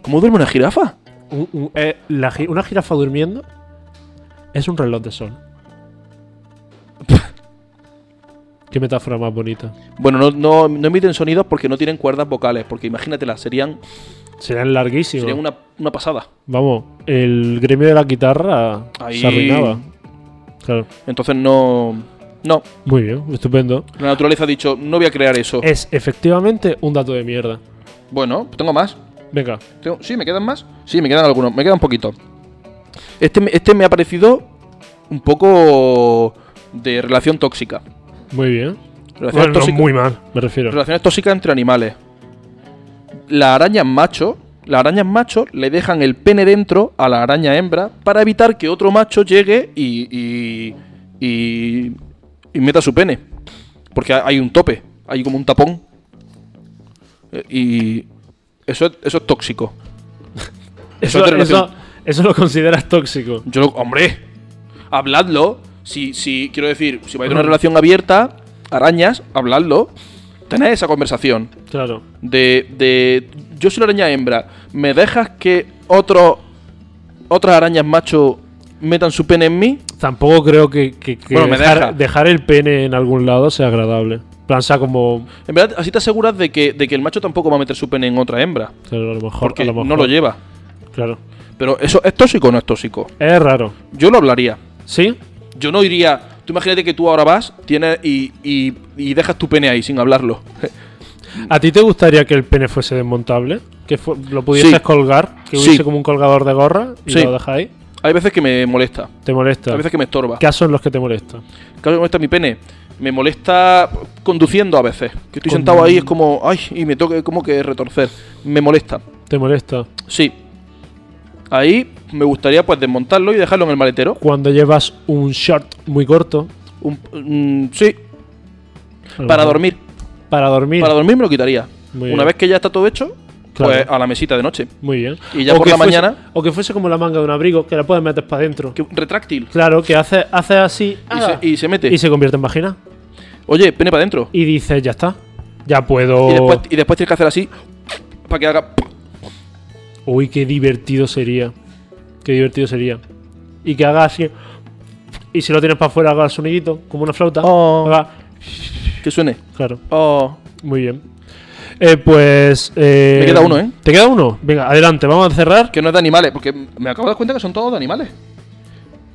Speaker 1: ¿Cómo duerme una jirafa?
Speaker 2: Un- un- eh, la ji- una jirafa durmiendo es un reloj de sol. [laughs] Qué metáfora más bonita.
Speaker 1: Bueno, no, no, no emiten sonidos porque no tienen cuerdas vocales, porque imagínatelas, serían,
Speaker 2: Serían larguísimos.
Speaker 1: serían una, una pasada.
Speaker 2: Vamos, el gremio de la guitarra
Speaker 1: Ahí.
Speaker 2: se arruinaba. Claro.
Speaker 1: Entonces no. No,
Speaker 2: Muy bien, estupendo.
Speaker 1: la naturaleza ha dicho, no voy a crear eso.
Speaker 2: Es efectivamente un dato de mierda.
Speaker 1: Bueno, tengo más.
Speaker 2: Venga,
Speaker 1: Tengo- ¿Sí? ¿Me quedan más? Sí, me quedan algunos, me quedan poquitos. Este, me- este me ha parecido un poco de relación tóxica.
Speaker 2: muy bien.
Speaker 1: Relaciones,
Speaker 2: Bueno, no,
Speaker 1: tóxicas,
Speaker 2: muy mal, me refiero.
Speaker 1: relaciones tóxicas entre animales. Las arañas macho, las arañas macho le dejan el pene dentro a la araña hembra para evitar que otro macho llegue y. y. y, y meta su pene. Porque hay un tope, hay como un tapón. Eh, Y. Eso es, eso es tóxico.
Speaker 2: Eso,
Speaker 1: Eso te
Speaker 2: eso-
Speaker 1: relacion-
Speaker 2: eso lo consideras tóxico.
Speaker 1: Yo lo- Hombre, habladlo. Si, si, quiero decir, si vais a una relación abierta, arañas, habladlo. Tened esa conversación.
Speaker 2: Claro.
Speaker 1: De, de yo soy la araña hembra. ¿Me dejas que otro, otras arañas macho metan su pene en mí?
Speaker 2: Tampoco creo que, que- que
Speaker 1: Bueno, me
Speaker 2: dejar,
Speaker 1: deja.
Speaker 2: dejar el pene en algún lado sea agradable. En plan, sea como.
Speaker 1: En verdad, así te aseguras de que, de que el macho tampoco va a meter su pene en otra hembra.
Speaker 2: claro, a lo mejor.
Speaker 1: Porque
Speaker 2: a lo mejor-
Speaker 1: no lo lleva.
Speaker 2: Claro.
Speaker 1: Pero eso es tóxico o no es tóxico.
Speaker 2: Es raro.
Speaker 1: Yo lo hablaría.
Speaker 2: ¿Sí?
Speaker 1: Yo no iría. Tú imagínate que tú ahora vas tienes y, y- y dejas tu pene ahí sin hablarlo. [laughs]
Speaker 2: ¿A ti te gustaría que el pene fuese desmontable? Que fu- lo pudieses
Speaker 1: Sí.
Speaker 2: colgar. Que hubiese
Speaker 1: Sí.
Speaker 2: como un colgador de gorra y
Speaker 1: Sí.
Speaker 2: lo dejáis.
Speaker 1: Hay veces que me molesta,
Speaker 2: Te molesta.
Speaker 1: hay veces que me estorba.
Speaker 2: Casos en los que te molesta.
Speaker 1: Claro, me molesta mi pene. Me molesta conduciendo a veces. Que estoy
Speaker 2: Con-
Speaker 1: sentado ahí, es como, ay, y me toque como que retorcer. Me molesta.
Speaker 2: Te molesta.
Speaker 1: Sí. Ahí me gustaría pues desmontarlo y dejarlo en el maletero.
Speaker 2: Cuando llevas un short muy corto.
Speaker 1: Un- mm, sí,
Speaker 2: a lo
Speaker 1: para
Speaker 2: mejor-
Speaker 1: dormir.
Speaker 2: Para dormir.
Speaker 1: Para dormir me lo quitaría.
Speaker 2: Muy
Speaker 1: Una
Speaker 2: bien.
Speaker 1: vez que ya está todo hecho, pues
Speaker 2: Claro.
Speaker 1: a la mesita de noche.
Speaker 2: Muy bien.
Speaker 1: Y ya por
Speaker 2: que
Speaker 1: la
Speaker 2: fuese-
Speaker 1: mañana-
Speaker 2: O que fuese como la manga de un abrigo, que la puedes meter para adentro.
Speaker 1: Que- retráctil.
Speaker 2: Claro, que haces hace así
Speaker 1: Y
Speaker 2: ah,
Speaker 1: se, y se mete.
Speaker 2: y se convierte en vagina.
Speaker 1: Oye, pene para adentro.
Speaker 2: Y dices, ya está. Ya puedo.
Speaker 1: Y, después, y después tienes que hacer así para que haga.
Speaker 2: Uy, qué divertido sería. Qué divertido sería. Y que haga así. Y si lo tienes para afuera, haga el sonidito, como una flauta.
Speaker 1: Oh.
Speaker 2: Haga-
Speaker 1: Que suene.
Speaker 2: Claro,
Speaker 1: Oh.
Speaker 2: muy bien. Eh, pues. eh,
Speaker 1: Me queda uno, ¿eh?
Speaker 2: ¿Te queda uno? Venga, adelante, vamos a cerrar.
Speaker 1: Que no es de animales, porque me acabo de dar cuenta que son todos de animales.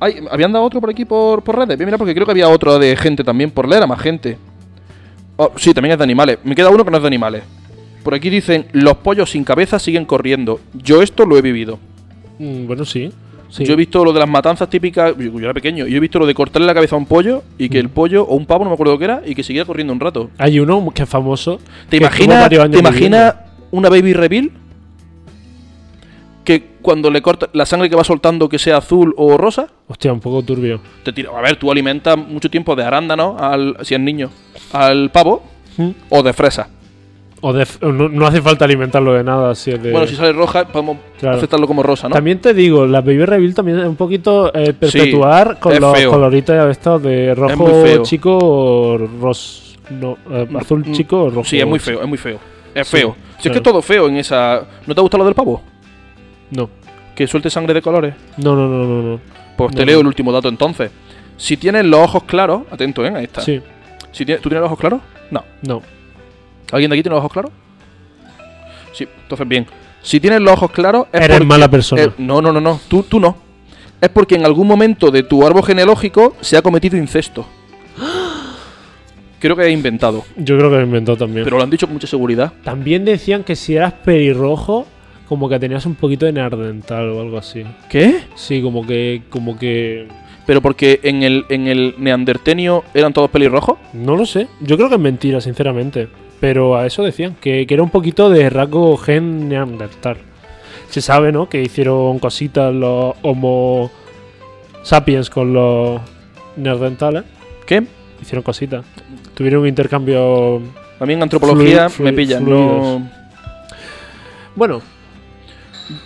Speaker 1: Ay, habían dado otro por aquí por, por redes. Voy a mirar porque creo que había otro de gente también. Por leer a más gente. Oh, sí, también es de animales. Me queda uno que no es de animales. Por aquí dicen: Los pollos sin cabeza siguen corriendo. Yo esto lo he vivido.
Speaker 2: Mm, Bueno, sí. sí.
Speaker 1: Yo he visto lo de las matanzas típicas. Yo, yo era pequeño. Yo he visto lo de cortarle la cabeza a un pollo y que el pollo o un pavo, no me acuerdo qué era, y que siguiera corriendo un rato.
Speaker 2: Hay uno que es famoso.
Speaker 1: ¿Te
Speaker 2: que estuvo
Speaker 1: imaginas,
Speaker 2: varios años
Speaker 1: ¿te imaginas una baby reveal? Que cuando le corta la sangre que va soltando, que sea azul o rosa,
Speaker 2: viviendo? Hostia, un poco turbio.
Speaker 1: te tira. A ver, tú alimentas mucho tiempo de arándano, al, si es niño, al pavo
Speaker 2: Mm.
Speaker 1: o de fresa.
Speaker 2: O de- no, no hace falta alimentarlo de nada, si es de-
Speaker 1: Bueno, si sale roja, podemos
Speaker 2: Claro.
Speaker 1: aceptarlo como rosa, ¿no?
Speaker 2: También te digo, la Baby Reveal también es un poquito eh, perpetuar
Speaker 1: Sí,
Speaker 2: con
Speaker 1: es
Speaker 2: los
Speaker 1: feo.
Speaker 2: coloritos estos de rojo
Speaker 1: muy feo.
Speaker 2: chico o ros, no, eh, azul
Speaker 1: Mm,
Speaker 2: chico o rojo.
Speaker 1: Sí, es muy feo, es muy feo. Es
Speaker 2: Sí,
Speaker 1: feo. Si es que
Speaker 2: claro.
Speaker 1: es todo feo en esa. ¿No te gusta lo del pavo?
Speaker 2: No,
Speaker 1: Que suelte sangre de colores.
Speaker 2: no, no, no, no. no.
Speaker 1: Pues te
Speaker 2: No,
Speaker 1: leo
Speaker 2: no.
Speaker 1: el último dato entonces. Si tienes los ojos claros, atento, ¿eh? Ahí está.
Speaker 2: Sí,
Speaker 1: Si tiene- ¿Tú tienes los ojos claros? No.
Speaker 2: no.
Speaker 1: ¿Alguien de aquí tiene los ojos claros? Sí, entonces bien. Si tienes los ojos claros, es
Speaker 2: Eres
Speaker 1: porque-
Speaker 2: mala persona.
Speaker 1: eh, no, no, no, no. Tú, tú no. Es porque en algún momento de tu árbol genealógico se ha cometido incesto. Creo que he inventado,
Speaker 2: Yo creo que lo inventó también.
Speaker 1: pero lo han dicho con mucha seguridad.
Speaker 2: También decían que si eras pelirrojo, como que tenías un poquito de neandertal o algo así.
Speaker 1: ¿Qué?
Speaker 2: Sí, como que, como que,
Speaker 1: Pero porque en el, en el neandertenio eran todos pelirrojos.
Speaker 2: no lo sé. Yo creo que es mentira, sinceramente. Pero a eso decían que, que era un poquito de rasgo gen neandertal. Se sabe, ¿no? Que hicieron cositas los Homo sapiens con los neandertales.
Speaker 1: ¿Qué?
Speaker 2: Hicieron cositas. Tuvieron un intercambio.
Speaker 1: A mí en antropología
Speaker 2: Fluid-
Speaker 1: me
Speaker 2: fluid-
Speaker 1: pillan. No...
Speaker 2: Bueno,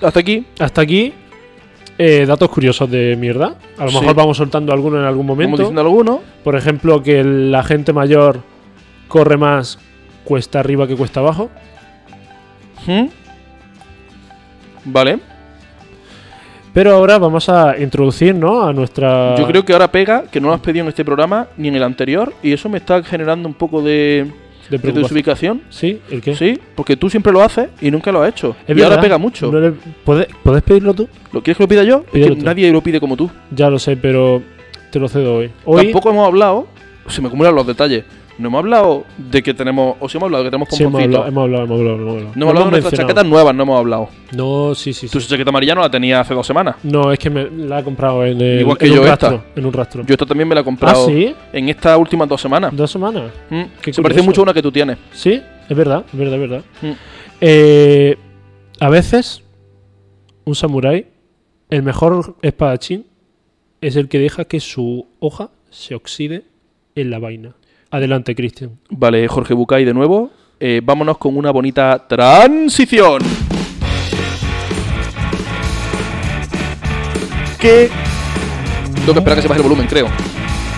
Speaker 1: Hasta aquí.
Speaker 2: hasta aquí. eh, datos curiosos de mierda. A lo
Speaker 1: Sí.
Speaker 2: mejor vamos soltando alguno en algún
Speaker 1: Como
Speaker 2: momento.
Speaker 1: diciendo alguno.
Speaker 2: Por ejemplo, que la gente mayor corre más cuesta arriba que cuesta abajo.
Speaker 1: ¿Mm? Vale.
Speaker 2: Pero ahora vamos a introducir, ¿no? A nuestra.
Speaker 1: Yo creo que ahora pega, que no lo has pedido en este programa ni en el anterior, y eso me está generando un poco de,
Speaker 2: De
Speaker 1: de
Speaker 2: preocupación.
Speaker 1: desubicación.
Speaker 2: ¿Sí? ¿El qué?
Speaker 1: Sí, porque tú siempre lo haces y nunca lo has hecho.
Speaker 2: Es
Speaker 1: y
Speaker 2: verdad,
Speaker 1: ahora pega mucho.
Speaker 2: no le- ¿Puedes, puedes pedirlo tú?
Speaker 1: ¿Lo quieres que lo pida yo? Es
Speaker 2: Pídelo
Speaker 1: que
Speaker 2: tú.
Speaker 1: nadie lo pide como tú.
Speaker 2: Ya lo sé, pero te lo cedo hoy. Hoy
Speaker 1: Tampoco hemos hablado, se me acumulan los detalles. No hemos hablado de que tenemos, o sí hemos hablado de que tenemos
Speaker 2: sí, hemos,
Speaker 1: pomponcitos.
Speaker 2: hablado, hemos hablado, hemos hablado, hemos hablado.
Speaker 1: no hemos hablado de nuestras
Speaker 2: mencionado.
Speaker 1: chaquetas nuevas, no hemos hablado.
Speaker 2: No, sí, sí. sí.
Speaker 1: Tu chaqueta amarilla no la tenía hace dos semanas.
Speaker 2: No, es que me la he comprado en, el-
Speaker 1: Igual que
Speaker 2: en
Speaker 1: yo
Speaker 2: un
Speaker 1: esta.
Speaker 2: rastro. En un rastro.
Speaker 1: Yo esta también me la he
Speaker 2: ah,
Speaker 1: comprado
Speaker 2: sí.
Speaker 1: en estas últimas dos semanas.
Speaker 2: Dos semanas.
Speaker 1: Mm,
Speaker 2: Qué
Speaker 1: Se parece
Speaker 2: curioso.
Speaker 1: mucho a una que tú tienes.
Speaker 2: Sí, es verdad, es verdad, es verdad.
Speaker 1: Mm.
Speaker 2: Eh, a veces, un samurái, el mejor espadachín, es el que deja que su hoja se oxide en la vaina. Adelante, Cristian.
Speaker 1: Vale, Jorge Bucay de nuevo. Eh, vámonos con una bonita transición. Que. Tengo que esperar que se baje el volumen, creo.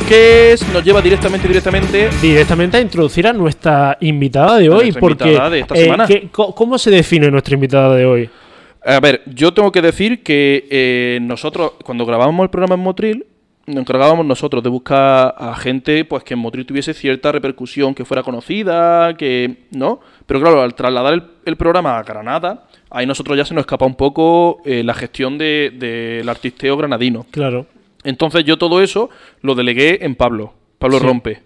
Speaker 1: Que es- nos lleva directamente, directamente.
Speaker 2: Directamente a introducir a nuestra invitada de hoy,
Speaker 1: nuestra
Speaker 2: porque eh,
Speaker 1: invitada de esta semana.
Speaker 2: ¿qué- co- ¿cómo se define nuestra invitada de hoy?
Speaker 1: A ver, yo tengo que decir que eh, nosotros, cuando grabábamos el programa en Motril, nos encargábamos nosotros de buscar a gente pues que en Motril tuviese cierta repercusión, que fuera conocida, que. ¿No? Pero claro, al trasladar el, el programa a Granada, ahí nosotros ya se nos escapa un poco eh, la gestión del de, del artisteo granadino.
Speaker 2: Claro,
Speaker 1: Entonces yo todo eso lo delegué en Pablo. Pablo
Speaker 2: Sí.
Speaker 1: Rompe.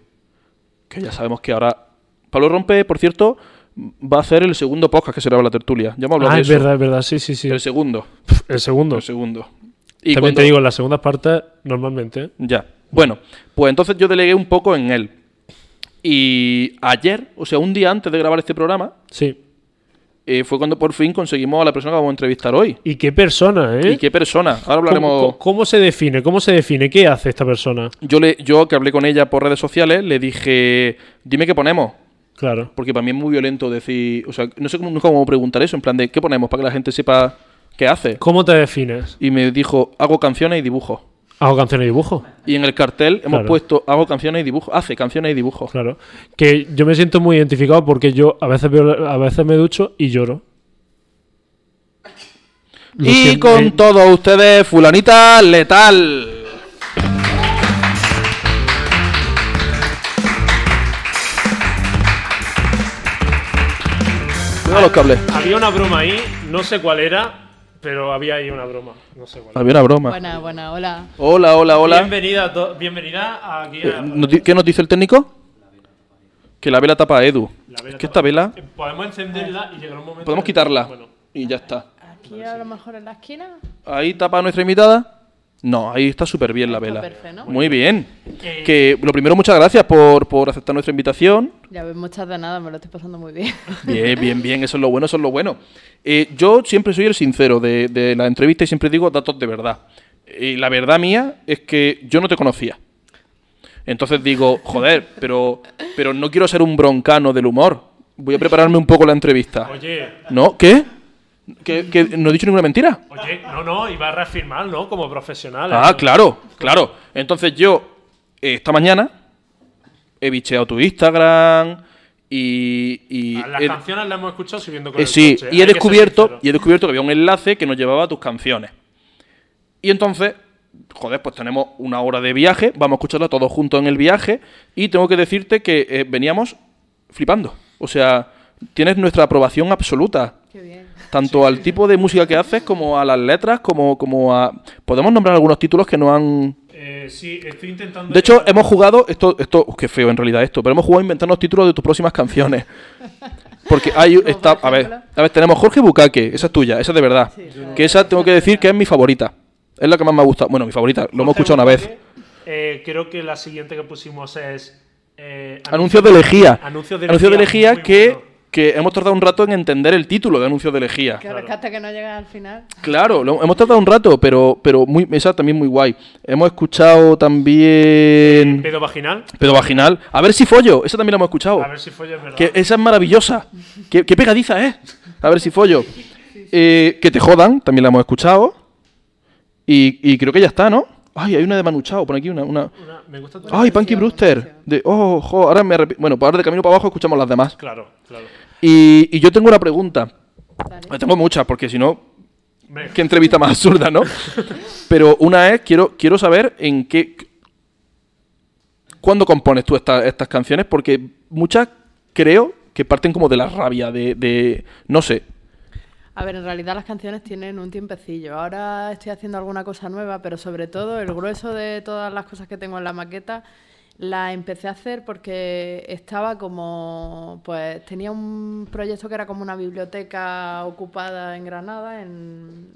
Speaker 1: Que ya sabemos que ahora. Pablo Rompe, por cierto, va a hacer el segundo podcast que será la tertulia. Ya hemos hablado
Speaker 2: ah,
Speaker 1: de
Speaker 2: es
Speaker 1: eso.
Speaker 2: verdad, es verdad, sí, sí, sí.
Speaker 1: El segundo.
Speaker 2: El segundo.
Speaker 1: El segundo. Y
Speaker 2: También
Speaker 1: cuando-
Speaker 2: te digo, en las segundas partes, normalmente.
Speaker 1: Ya. Bueno, pues entonces yo delegué un poco en él. Y ayer, o sea, un día antes de grabar este programa,
Speaker 2: Sí.
Speaker 1: eh, fue cuando por fin conseguimos a la persona que vamos a entrevistar hoy.
Speaker 2: ¿Y qué persona, eh?
Speaker 1: ¿Y qué persona? Ahora hablaremos.
Speaker 2: ¿Cómo, cómo se define? ¿Cómo se define? ¿Qué hace esta persona?
Speaker 1: Yo, le, yo que hablé con ella por redes sociales, le dije, dime qué ponemos.
Speaker 2: Claro.
Speaker 1: Porque para mí es muy violento decir, o sea, no sé cómo, nunca cómo preguntar eso, en plan de, ¿qué ponemos para que la gente sepa qué hace?
Speaker 2: ¿Cómo te defines?
Speaker 1: Y me dijo, hago canciones y dibujos.
Speaker 2: Hago canciones y dibujo.
Speaker 1: Y en el cartel hemos
Speaker 2: Claro.
Speaker 1: puesto, hago canciones y dibujos, hace canciones y dibujos.
Speaker 2: Claro. Que yo me siento muy identificado porque yo a veces, veo- a veces me ducho y lloro. Lo
Speaker 1: Y
Speaker 2: siento,
Speaker 1: con
Speaker 2: me-
Speaker 1: todos ustedes, fulanita letal. Cuidado los cables.
Speaker 2: Había una broma ahí, no sé cuál era, pero había ahí una broma. No sé cuál.
Speaker 1: Había una broma.
Speaker 3: Buena, buena, hola.
Speaker 1: Hola, hola, hola.
Speaker 2: Bienvenida, a to- bienvenida a aquí
Speaker 1: Eh,
Speaker 2: a-
Speaker 1: ¿nos di- ¿Qué nos dice el técnico? Que la vela tapa a Edu. Es que esta vela
Speaker 2: Podemos encenderla y llegar un momento.
Speaker 1: Eh, podemos
Speaker 2: en-
Speaker 1: quitarla.
Speaker 2: Bueno,
Speaker 1: Y ya está.
Speaker 3: Aquí a lo mejor en la esquina.
Speaker 1: Ahí tapa a nuestra invitada. No, ahí está súper bien la vela.
Speaker 3: perfecto, ¿no?
Speaker 1: Muy bien.
Speaker 2: Eh,
Speaker 1: Que lo primero, muchas gracias por, por aceptar nuestra invitación.
Speaker 3: Ya ves, muchas de nada, me lo estoy pasando muy bien.
Speaker 1: Bien, bien, bien, eso es lo bueno, eso es lo bueno. Eh, yo siempre soy el sincero de, de la entrevista y siempre digo datos de verdad. Y la verdad mía es que yo no te conocía. Entonces digo, joder, pero, pero no quiero ser un broncano del humor. Voy a prepararme un poco la entrevista.
Speaker 2: Oye,
Speaker 1: ¿No? ¿Qué? ¿Que, que no he dicho ninguna mentira?
Speaker 2: oye, no, no, iba a reafirmar, ¿no? Como profesional. ¿eh?
Speaker 1: Ah,
Speaker 2: ¿no?
Speaker 1: claro, claro. Entonces yo, eh, esta mañana, he bicheado tu Instagram y... y
Speaker 2: Las
Speaker 1: he-
Speaker 2: canciones las hemos escuchado subiendo con
Speaker 1: Eh,
Speaker 2: el
Speaker 1: sí,
Speaker 2: coche,
Speaker 1: y he,
Speaker 2: hay que ser
Speaker 1: descubierto,
Speaker 2: sincero.
Speaker 1: y he descubierto que había un enlace que nos llevaba a tus canciones. Y entonces, joder, pues tenemos una hora de viaje, vamos a escucharla todos juntos en el viaje, y tengo que decirte que eh, veníamos flipando. O sea, tienes nuestra aprobación absoluta,
Speaker 3: [laughs] Qué bien.
Speaker 1: tanto al tipo de música que haces, como a las letras, como, como a... Podemos nombrar algunos títulos que no han...
Speaker 2: Eh, sí, estoy intentando.
Speaker 1: De hecho, hemos jugado, esto, esto, uf, qué feo en realidad esto, pero hemos jugado a inventarnos títulos de tus próximas canciones. Porque
Speaker 3: [laughs]
Speaker 1: hay,
Speaker 3: Como
Speaker 1: está,
Speaker 3: por
Speaker 1: a ver,
Speaker 3: ejemplo.
Speaker 1: a ver, tenemos Jorge Bucaque, esa es tuya, esa es de verdad. que esa tengo que decir que es mi favorita. Es la que más me ha gustado. Bueno, mi favorita, lo hemos escuchado una vez.
Speaker 2: Eh, creo que la siguiente que pusimos es. eh,
Speaker 1: Anuncios de Lejía.
Speaker 2: Anuncios de Lejía,
Speaker 1: Lejía
Speaker 2: muy
Speaker 1: que,
Speaker 2: bueno.
Speaker 1: que hemos tardado un rato en entender el título de Anuncios de Lejía.
Speaker 3: Que ahora que hasta que no llegas al final.
Speaker 1: Claro, lo, hemos tardado un rato, pero, pero muy, esa también muy guay. Hemos escuchado también...
Speaker 2: Pedo vaginal.
Speaker 1: Pero vaginal. A ver si follo, esa también la hemos escuchado.
Speaker 2: A ver si fue verdad.
Speaker 1: Oh. Que esa es maravillosa. Qué, qué pegadiza es. A ver si follo. Eh, que te jodan, también la hemos escuchado. Y, y creo que ya está, ¿no? Ay, hay una de Manu Chao, por aquí una. una...
Speaker 2: Una- me gusta tu.
Speaker 1: Ay, Punky
Speaker 3: canción,
Speaker 1: Brewster.
Speaker 3: buena
Speaker 1: De, oh, jo, ahora me arrepi- Bueno, pues ahora de camino para abajo escuchamos las demás.
Speaker 2: Claro, claro.
Speaker 1: Y, y yo tengo una pregunta.
Speaker 3: Dale.
Speaker 1: Tengo muchas, porque si no,
Speaker 2: Venga.
Speaker 1: qué entrevista más absurda, ¿no? Pero una es, quiero, quiero saber en qué. ¿Cuándo compones tú esta- estas canciones? Porque muchas creo que parten como de la rabia, de. de- no sé.
Speaker 3: A ver, en realidad las canciones tienen un tiempecillo. Ahora estoy haciendo alguna cosa nueva, pero sobre todo el grueso de todas las cosas que tengo en la maqueta la empecé a hacer porque estaba como, pues tenía un proyecto que era como una biblioteca ocupada en Granada, en,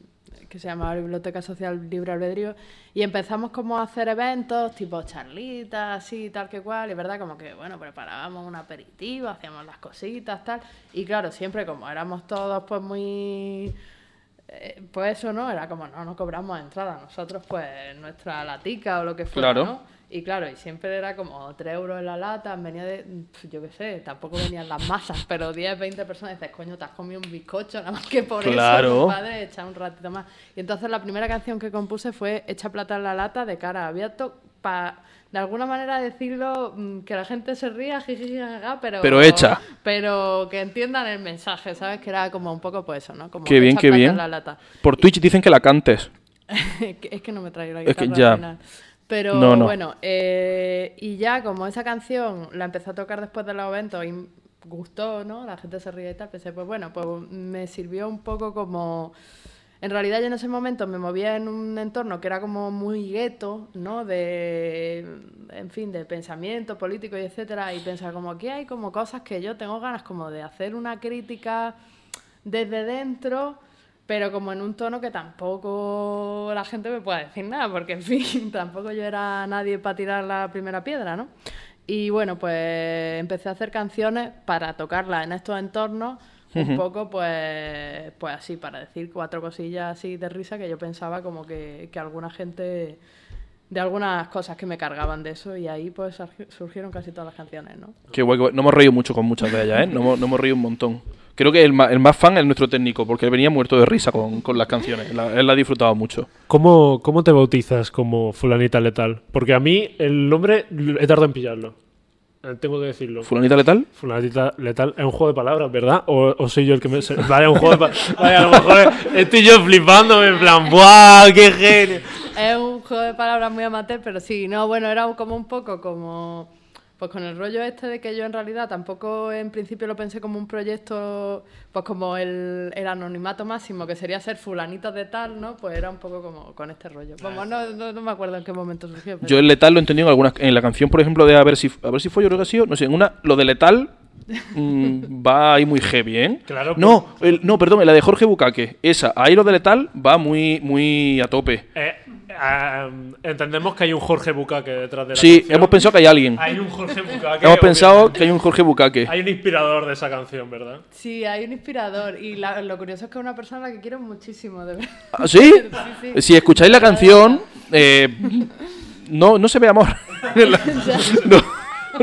Speaker 3: que se llamaba Biblioteca Social Libre Albedrío, y empezamos como a hacer eventos, tipo charlitas, así, tal que cual, y verdad, como que, bueno, preparábamos un aperitivo, hacíamos las cositas, tal, y claro, siempre como éramos todos pues muy... eh, pues eso, ¿no? Era como, no, no cobramos entrada, nosotros pues nuestra latica o lo que fuera,
Speaker 1: Claro.
Speaker 3: ¿no? Y claro, y siempre era como 3 euros en la lata, venía de, pf, yo qué sé, tampoco venían las masas, pero 10, 20 personas, dices, coño, te has comido un bizcocho, nada más que por
Speaker 1: Claro.
Speaker 3: [laughs] eso, padre, echa un ratito más. Y entonces la primera canción que compuse fue Echa plata en la lata de cara abierto, para de alguna manera decirlo, mm, que la gente se ría, jiji, jajaja, pero...
Speaker 1: Pero hecha.
Speaker 3: Pero que entiendan el mensaje, ¿sabes? Que era como un poco pues eso, ¿no? Como
Speaker 1: Qué bien,
Speaker 3: echa
Speaker 1: qué
Speaker 3: plata
Speaker 1: bien.
Speaker 3: en la lata.
Speaker 1: Por Twitch dicen que la cantes.
Speaker 3: [laughs] Que- es que no me traigo la
Speaker 1: Es que
Speaker 3: guitarra
Speaker 1: ya.
Speaker 3: al final. Pero
Speaker 1: No, no.
Speaker 3: bueno, eh, y ya como esa canción la empecé a tocar después de los eventos y gustó, ¿no? La gente se ríe y tal, pensé, pues bueno, pues me sirvió un poco como... En realidad yo en ese momento me movía en un entorno que era como muy gueto, ¿no? De, en fin, de pensamiento político y etcétera, y pensaba como que hay como cosas que yo tengo ganas como de hacer una crítica desde dentro pero como en un tono que tampoco la gente me pueda decir nada, porque en fin, [laughs] tampoco yo era nadie para tirar la primera piedra, ¿no? Y bueno, pues empecé a hacer canciones para tocarlas en estos entornos, un
Speaker 1: Ujú.
Speaker 3: poco pues, pues así, para decir cuatro cosillas así de risa que yo pensaba como que, que alguna gente, de algunas cosas que me cargaban de eso, y ahí pues surgi- surgieron casi todas las canciones, ¿no?
Speaker 1: Qué guay, qué guay. No hemos reído mucho con muchas de ellas, ¿eh? No hemos, no hemos reído un montón. Creo que el ma- el más, fan es nuestro técnico, porque él venía muerto de risa con, con las canciones. La- él la ha disfrutado mucho.
Speaker 2: ¿Cómo, ¿Cómo te bautizas como fulanita letal? Porque a mí el nombre l- he tardado en pillarlo. Eh, Tengo que decirlo.
Speaker 1: ¿Fulanita letal?
Speaker 2: Fulanita letal es un juego de palabras, ¿verdad? ¿O, o soy yo el que me... se- Vale, es un juego
Speaker 1: [laughs]
Speaker 2: de palabras. Vale, a lo mejor estoy yo flipándome en plan, ¡buah, qué genio!
Speaker 3: Es un juego de palabras muy amateur, pero sí, no, bueno, era como un poco como. Pues con el rollo este de que yo en realidad tampoco en principio lo pensé como un proyecto, pues como el, el anonimato máximo, que sería ser fulanito de tal, ¿no? Pues era un poco como con este rollo.
Speaker 2: Ah,
Speaker 3: Vamos, no, no, no me acuerdo en qué momento surgió. pero-
Speaker 1: Yo el letal lo he entendido en algunas. En la canción, por ejemplo, de A ver si, a ver si fue, yo creo que ha sido. No sé, en una. Lo de letal
Speaker 2: [laughs]
Speaker 1: mm, va ahí muy heavy, ¿eh?
Speaker 2: Claro, pues.
Speaker 1: No, el- no, perdón, la de Jorge Bucaque. Esa, ahí lo de letal va muy, muy a tope.
Speaker 2: Eh, am, entendemos que hay un Jorge Bucaque detrás de la
Speaker 1: Sí,
Speaker 2: canción.
Speaker 1: hemos pensado que hay alguien.
Speaker 2: Hay un Jorge Bucaque.
Speaker 1: Hemos pensado
Speaker 2: obviamente.
Speaker 1: que hay un Jorge Bucaque.
Speaker 2: Hay un inspirador de esa canción, ¿verdad?
Speaker 3: Sí, hay un inspirador y la- lo curioso es que es una persona a la que quiero muchísimo, de verdad.
Speaker 1: ¿Ah, ¿Sí?
Speaker 3: Sí, sí.
Speaker 1: Si escucháis la canción, eh, no, no se ve
Speaker 2: [laughs]
Speaker 1: amor. no,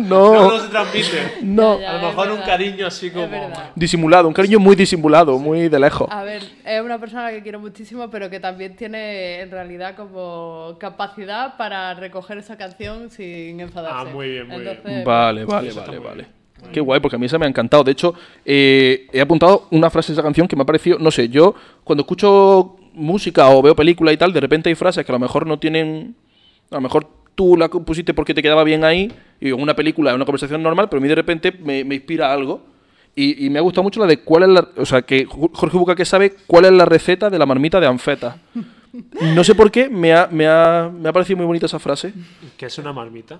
Speaker 2: No,
Speaker 1: no,
Speaker 2: se
Speaker 3: [laughs]
Speaker 2: transmite.
Speaker 1: no.
Speaker 3: Ya,
Speaker 2: A
Speaker 3: es
Speaker 2: lo mejor un
Speaker 3: verdad.
Speaker 2: cariño así
Speaker 3: Es
Speaker 2: como.
Speaker 3: verdad.
Speaker 1: Disimulado, un cariño muy disimulado, muy de lejos.
Speaker 3: A ver, es una persona que quiero muchísimo, pero que también tiene en realidad como capacidad para recoger esa canción sin enfadarse.
Speaker 2: Ah, muy bien, muy bien.
Speaker 3: Entonces,
Speaker 1: Vale, vale, vale, vale. Qué guay, porque a mí esa me ha encantado. De hecho, eh, he apuntado una frase de esa canción que me ha parecido, no sé, yo cuando escucho música o veo película y tal, de repente hay frases que a lo mejor no tienen, a lo mejor tú la compusiste porque te quedaba bien ahí, y en una película, en una conversación normal, pero a mí de repente me, me inspira algo. Y, y me ha gustado mucho la de cuál es la, o sea, que Ju- Jorge Bucaque sabe cuál es la receta de la marmita de anfeta. No sé por qué, me ha, me ha- me ha parecido muy bonita esa frase.
Speaker 2: Que es una marmita.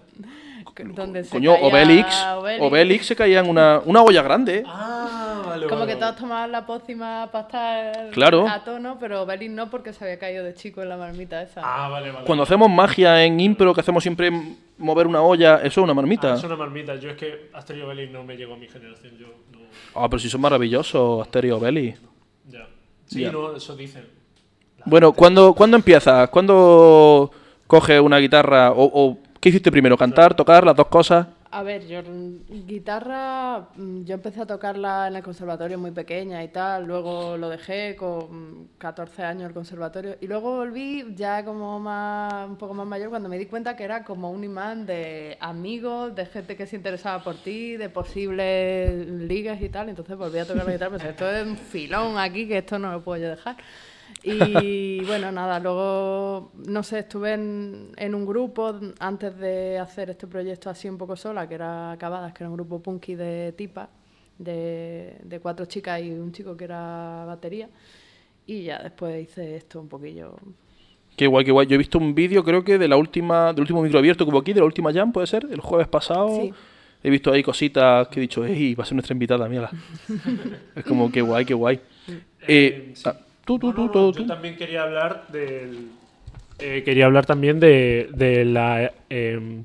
Speaker 3: donde se
Speaker 1: Coño,
Speaker 3: caía
Speaker 1: Obelix, Obelix.
Speaker 3: Obelix.
Speaker 1: se caía en una, una olla grande. ¿eh?
Speaker 2: Ah, vale.
Speaker 3: Como
Speaker 2: vale,
Speaker 3: que todos tomaban la pócima para estar
Speaker 1: Claro.
Speaker 3: a tono, pero Obelix no porque se había caído de chico en la marmita esa.
Speaker 2: Ah, vale, vale.
Speaker 1: Cuando hacemos magia en impro, que hacemos siempre m- mover una olla, eso es una
Speaker 2: Ah,
Speaker 1: marmita.
Speaker 2: es una marmita. Yo es que Asterio Belli no me llegó a mi generación. Yo no.
Speaker 1: Ah, pero si son maravillosos, Asterio Belli.
Speaker 2: Ya. Sí,
Speaker 1: Ya.
Speaker 2: no, eso dicen.
Speaker 1: Bueno, ¿cuándo, ¿cuándo empiezas? ¿Cuándo coges una guitarra? O, o qué hiciste primero? ¿Cantar, tocar, las dos cosas?
Speaker 3: A ver, yo mm, guitarra, mm, yo empecé a tocarla en el conservatorio muy pequeña y tal, luego lo dejé con mm, 14 años el conservatorio y luego volví ya como más, un poco más mayor cuando me di cuenta que era como un imán de amigos, de gente que se interesaba por ti, de posibles ligas y tal, entonces volví a tocar la guitarra, pero esto es un filón aquí, que esto no lo puedo yo dejar. Y bueno, nada, luego, no sé, estuve en, en un grupo antes de hacer este proyecto así un poco sola, que era Acabadas, que era un grupo punky de tipa, de, de cuatro chicas y un chico que era batería. Y ya después hice esto un poquillo.
Speaker 1: Qué guay, qué guay. Yo he visto un vídeo, creo que de la última, del último micro abierto que hubo aquí, de la última jam, puede ser, el jueves pasado.
Speaker 3: Sí.
Speaker 1: He visto ahí cositas que he dicho, ¡ey! Va a ser nuestra invitada, mírala. es como, qué guay, qué guay. Eh,
Speaker 2: sí.
Speaker 1: ah, tú, tú,
Speaker 2: No, no,
Speaker 1: tú,
Speaker 2: no,
Speaker 1: tú,
Speaker 2: Yo
Speaker 1: tú.
Speaker 2: también quería hablar del. eh, quería hablar también de, de la. eh, em,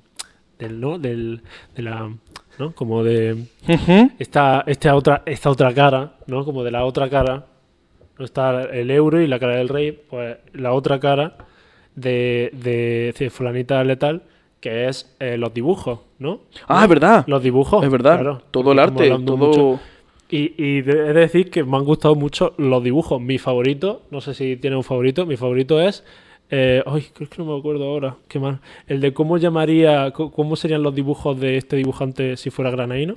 Speaker 2: del, ¿no? Del, de la. ¿No? Como de.
Speaker 1: Ujú.
Speaker 2: Esta, esta, otra, esta otra cara, ¿no? Como de la otra cara. ¿no? Está el euro y la cara del rey. Pues la otra cara de, de, de Fulanita Letal, que es eh, los dibujos, ¿no?
Speaker 1: Ah, es verdad.
Speaker 2: Los dibujos.
Speaker 1: Es verdad.
Speaker 2: claro,
Speaker 1: todo el
Speaker 2: porque estamos
Speaker 1: arte,
Speaker 2: hablando
Speaker 1: todo.
Speaker 2: mucho. Y, y de- he de decir que me han gustado mucho los dibujos. Mi favorito, no sé si tiene un favorito, mi favorito es. eh, ay, creo que no me acuerdo ahora. Qué mal. El de cómo llamaría. co- ¿Cómo serían los dibujos de este dibujante si fuera granaíno?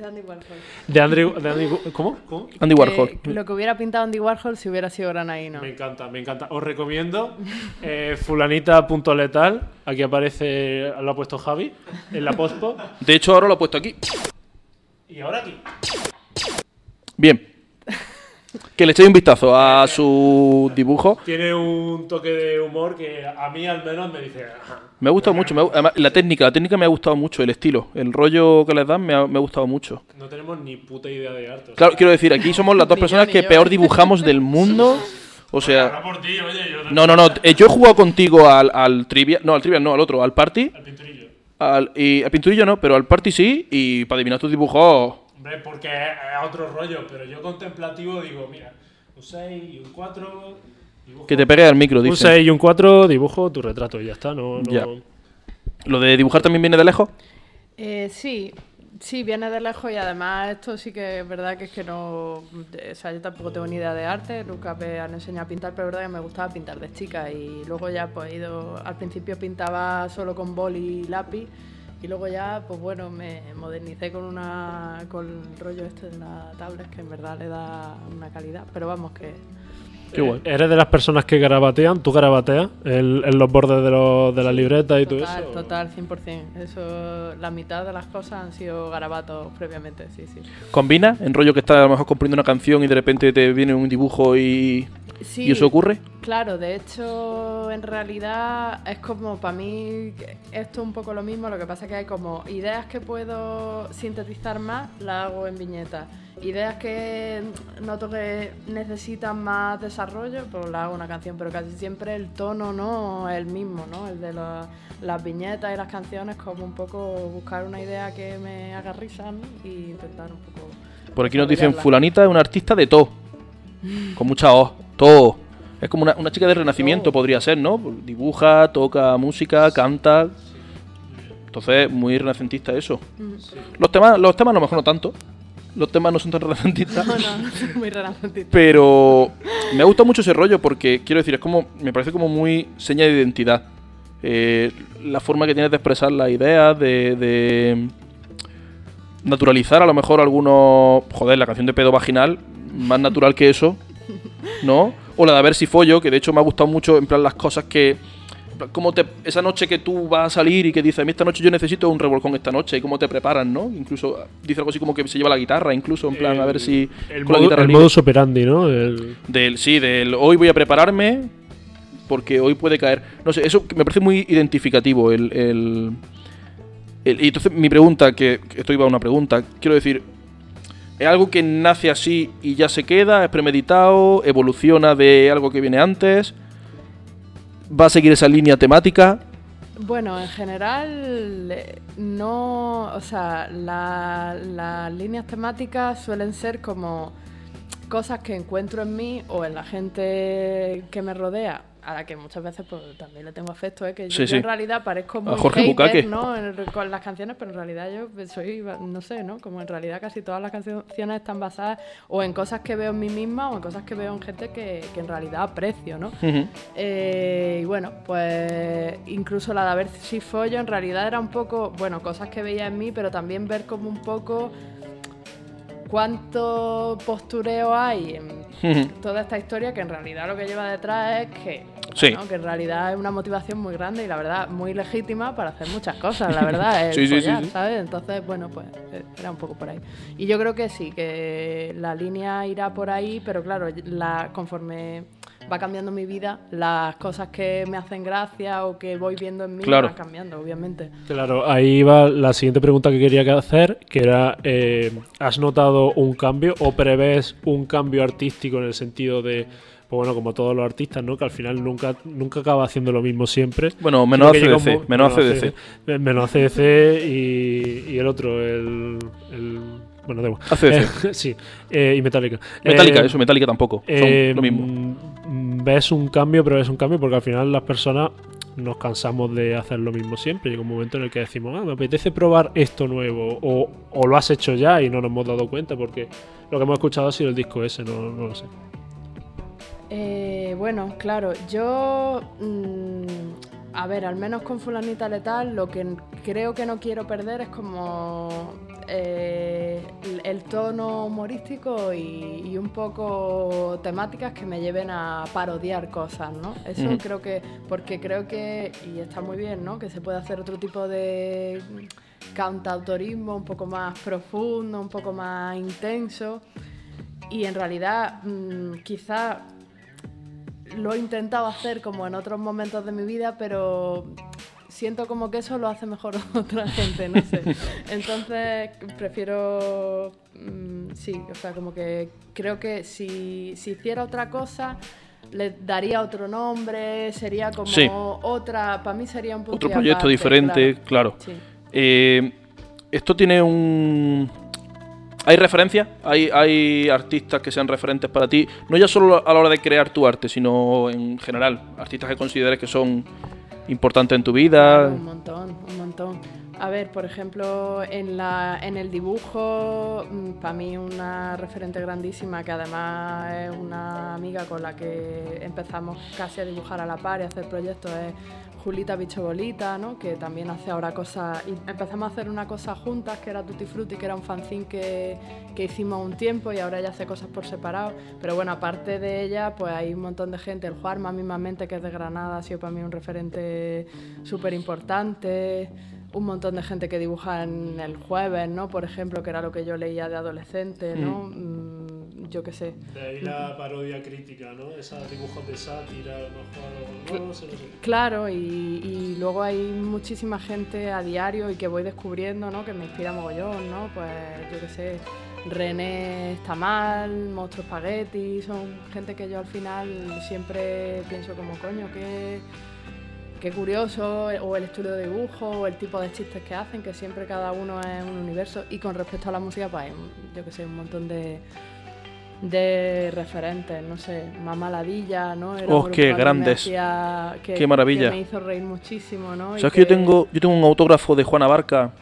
Speaker 2: De Andrew. De Andrew ¿Cómo? ¿Cómo?
Speaker 1: Andy
Speaker 3: Eh,
Speaker 1: Warhol.
Speaker 3: Que lo que hubiera pintado Andy Warhol si hubiera sido granaíno.
Speaker 2: Me encanta, me encanta. Os recomiendo eh, fulanita.letal. Aquí aparece, lo ha puesto Javi en la pospo.
Speaker 1: De hecho, ahora lo he puesto aquí.
Speaker 2: Y ahora aquí.
Speaker 1: Bien. Que le echéis un vistazo a su dibujo.
Speaker 2: Tiene un toque de humor que a mí al menos me dice. "Ajá".
Speaker 1: Me ha gustado mucho. me ha- además, la técnica, la técnica me ha gustado mucho, el estilo. El rollo que les dan me ha, me ha gustado mucho.
Speaker 2: No tenemos ni puta idea de arte. o sea,
Speaker 3: [laughs]
Speaker 1: Claro, quiero decir, aquí somos las dos
Speaker 3: Ni yo,
Speaker 1: personas
Speaker 3: ni
Speaker 1: que
Speaker 3: yo.
Speaker 1: peor dibujamos del mundo. O sea,
Speaker 4: Habla por ti, oye, yo
Speaker 1: no, no, no. eh, Yo he jugado contigo al, al trivia. No, al trivia no, al otro, al party.
Speaker 4: Al pinturillo.
Speaker 1: Al, y al pinturillo no, pero al party sí. Y para adivinar tus dibujos.
Speaker 4: Hombre, porque es otro rollo, pero yo contemplativo digo, mira, un 6 y un 4.
Speaker 1: Que te pegue al micro,
Speaker 2: Un
Speaker 1: dice.
Speaker 2: 6 y un 4, dibujo tu retrato y ya está. No, no-
Speaker 1: Ya. ¿Lo de dibujar también viene de lejos?
Speaker 3: Eh, sí, sí, viene de lejos y además esto sí que es verdad que es que no... O sea, yo tampoco tengo ni idea de arte, nunca me han enseñado a pintar, pero es verdad que me gustaba pintar de chica y luego ya pues he ido... Al principio pintaba solo con boli y lápiz y luego ya, pues bueno, me modernicé con una con el rollo este de la tablet que en verdad le da una calidad, pero vamos que...
Speaker 1: Qué guay.
Speaker 2: Eh, ¿Eres de las personas que garabatean? ¿Tú garabateas en, en los bordes de, los- de la libreta y todo
Speaker 3: total,
Speaker 2: eso?
Speaker 3: total, 100%. Eso, la mitad de las cosas han sido garabatos previamente, sí, sí.
Speaker 1: ¿Combina? En rollo que estás a lo mejor componiendo una canción y de repente te viene un dibujo y.
Speaker 3: Sí.
Speaker 1: ¿Y eso ocurre?
Speaker 3: Claro, de hecho, en realidad es como para mí esto es un poco lo mismo, lo que pasa que hay como ideas que puedo sintetizar más, las hago en viñetas. Ideas que noto que necesitan más desarrollo, pues las hago en una canción, pero casi siempre el tono no es el mismo, ¿no? El de la- las viñetas y las canciones como un poco buscar una idea que me haga risa a mí y intentar un poco [laughs]
Speaker 1: Por aquí nos dicen
Speaker 3: desarrollarla.
Speaker 1: fulanita es una artista de todo. Con mucha O. Todo. Es como una, una chica de renacimiento,
Speaker 3: To.
Speaker 1: podría ser, ¿no? Dibuja, toca música, canta. Entonces, muy renacentista eso.
Speaker 3: Ujú.
Speaker 1: Los temas, los temas a lo mejor no tanto. Los temas no son tan [laughs] renacentistas.
Speaker 3: No, no, no soy muy renacentista.
Speaker 1: Pero me ha gustado mucho ese rollo porque, quiero decir, es como, me parece como muy seña de identidad. Eh, la forma que tienes de expresar las ideas, de, de naturalizar a lo mejor algunos... Joder, la canción de pedo vaginal, más natural que eso, ¿no? O la de a ver si follo, que de hecho me ha gustado mucho, en plan, las cosas que... en plan, Como te, esa noche que tú vas a salir y que dices, a mí esta noche yo necesito un revolcón esta noche, y cómo te preparan, ¿no? Incluso dice algo así como que se lleva la guitarra, incluso, en plan, a ver si...
Speaker 2: El,
Speaker 1: con la
Speaker 2: modo-
Speaker 1: guitarra
Speaker 2: el
Speaker 1: libre.
Speaker 2: modus operandi, ¿no? El-
Speaker 1: Del, sí, del hoy voy a prepararme porque hoy puede caer. No sé, eso me parece muy identificativo. El, el- el- y entonces mi pregunta, que que esto iba a una pregunta, quiero decir, ¿es algo que nace así y ya se queda? ¿Es premeditado? ¿Evoluciona de algo que viene antes? ¿Va a seguir esa línea temática?
Speaker 3: Bueno, en general eh, no, o sea, la- las líneas temáticas suelen ser como cosas que encuentro en mí o en la gente que me rodea, a la que muchas veces pues, también le tengo afecto, ¿eh? que yo,
Speaker 1: Sí,
Speaker 3: yo
Speaker 1: sí.
Speaker 3: en realidad parezco muy
Speaker 1: Jorge
Speaker 3: hater,
Speaker 1: Bucaque.
Speaker 3: ¿no? En- con las canciones, pero en realidad yo pues, soy, no sé, ¿no? Como en realidad casi todas las canciones están basadas o en cosas que veo en mí misma o en cosas que veo en gente que, que en realidad aprecio, ¿no?
Speaker 1: Ujú.
Speaker 3: Eh, y bueno, pues incluso la de haber si follo en realidad era un poco, bueno, cosas que veía en mí, pero también ver como un poco cuánto postureo hay en
Speaker 1: Ujú.
Speaker 3: toda esta historia, que en realidad lo que lleva detrás es que,
Speaker 1: Sí.
Speaker 3: bueno, que en realidad es una motivación muy grande y la verdad muy legítima para hacer muchas cosas,
Speaker 1: [laughs]
Speaker 3: la verdad, el
Speaker 1: Sí, sí, sí,
Speaker 3: follar,
Speaker 1: sí.
Speaker 3: ¿sabes? Entonces, bueno, pues eh, era un poco por ahí. Y yo creo que sí, que la línea irá por ahí, pero claro, la, conforme va cambiando mi vida, las cosas que me hacen gracia o que voy viendo en mí
Speaker 1: Claro.
Speaker 3: van cambiando, obviamente.
Speaker 2: Claro, ahí va la siguiente pregunta que quería que hacer, que era, eh, ¿has notado un cambio o prevés un cambio artístico en el sentido de, pues bueno, como todos los artistas, ¿no? Que al final nunca, nunca acaba haciendo lo mismo siempre.
Speaker 1: Bueno, menos
Speaker 2: Creo que llega un
Speaker 1: ACDC,
Speaker 2: mo-
Speaker 1: menos ACDC.
Speaker 2: eh, Menos ACDC y, y el otro, el... el- bueno, da igual.
Speaker 1: ACDC.
Speaker 2: Eh, [laughs] sí, eh, y Metallica.
Speaker 1: Metallica,
Speaker 2: Eh,
Speaker 1: eso, Metallica tampoco. Son
Speaker 2: eh,
Speaker 1: lo mismo.
Speaker 2: mm, Ves un cambio, pero ves un cambio porque al final las personas nos cansamos de hacer lo mismo siempre. Llega un momento en el que decimos, ah, me apetece probar esto nuevo. O, o lo has hecho ya y no nos hemos dado cuenta porque lo que hemos escuchado ha sido el disco ese, no, no lo sé.
Speaker 3: Eh, bueno, claro, yo. mm, a ver, al menos con Fulanita Letal, lo que n- creo que no quiero perder es como. eh, el- el tono humorístico y, y un poco temáticas que me lleven a parodiar cosas, ¿no? Eso
Speaker 1: Ujú.
Speaker 3: creo que. Porque creo que. Y está muy bien, ¿no? Que se puede hacer otro tipo de cantautorismo un poco más profundo, un poco más intenso. Y en realidad, mm, quizá lo he intentado hacer como en otros momentos de mi vida, pero siento como que eso lo hace mejor [laughs] otra gente, no sé. Entonces, prefiero. mm, sí, o sea, como que creo que si, si hiciera otra cosa, le daría otro nombre, sería como
Speaker 1: Sí.
Speaker 3: otra, para mí sería un punto
Speaker 1: Otro
Speaker 3: y
Speaker 1: proyecto
Speaker 3: aparte,
Speaker 1: diferente,
Speaker 3: claro.
Speaker 1: claro.
Speaker 3: Sí.
Speaker 1: Eh, esto tiene un. Hay referencias, hay, hay artistas que sean referentes para ti, no ya solo a la hora de crear tu arte, sino en general, artistas que consideres que son importantes en tu vida.
Speaker 3: Un montón, un montón. A ver, por ejemplo, en, la, en el dibujo, para mí una referente grandísima, que además es una amiga con la que empezamos casi a dibujar a la par y a hacer proyectos, es Julita Bichobolita, ¿no? que también hace ahora cosas, y empezamos a hacer una cosa juntas, que era Tutti Frutti, que era un fanzine que, que hicimos un tiempo y ahora ella hace cosas por separado, pero bueno, aparte de ella, pues hay un montón de gente, el Juarma mismamente, que es de Granada, ha sido para mí un referente súper importante, un montón de gente que dibuja en el jueves, ¿no? Por ejemplo, que era lo que yo leía de adolescente, ¿no? Mm, yo qué sé.
Speaker 4: De ahí la parodia crítica, ¿no? Esos dibujos de sátira, a lo mejor, no sé, no sé.
Speaker 3: Claro, y, y luego hay muchísima gente a diario y que voy descubriendo, ¿no? Que me inspira mogollón, ¿no? Pues yo qué sé, René está mal, Monstruo Spaghetti, son gente que yo al final siempre pienso como, coño, qué, qué curioso, o el estudio de dibujo, o el tipo de chistes que hacen, que siempre cada uno es un universo. Y con respecto a la música, pues hay, yo qué sé, un montón de... de referentes, no sé, Mamá Ladilla, ¿no? Era
Speaker 1: Oh,
Speaker 3: un
Speaker 1: qué
Speaker 3: grupo que a mí me
Speaker 1: grandes.
Speaker 3: hacía a- que,
Speaker 1: Qué maravilla.
Speaker 3: que me hizo reír muchísimo, ¿no? Y
Speaker 1: ¿Sabes que yo
Speaker 3: [laughs]
Speaker 1: tengo, yo tengo un autógrafo de Juana Barca,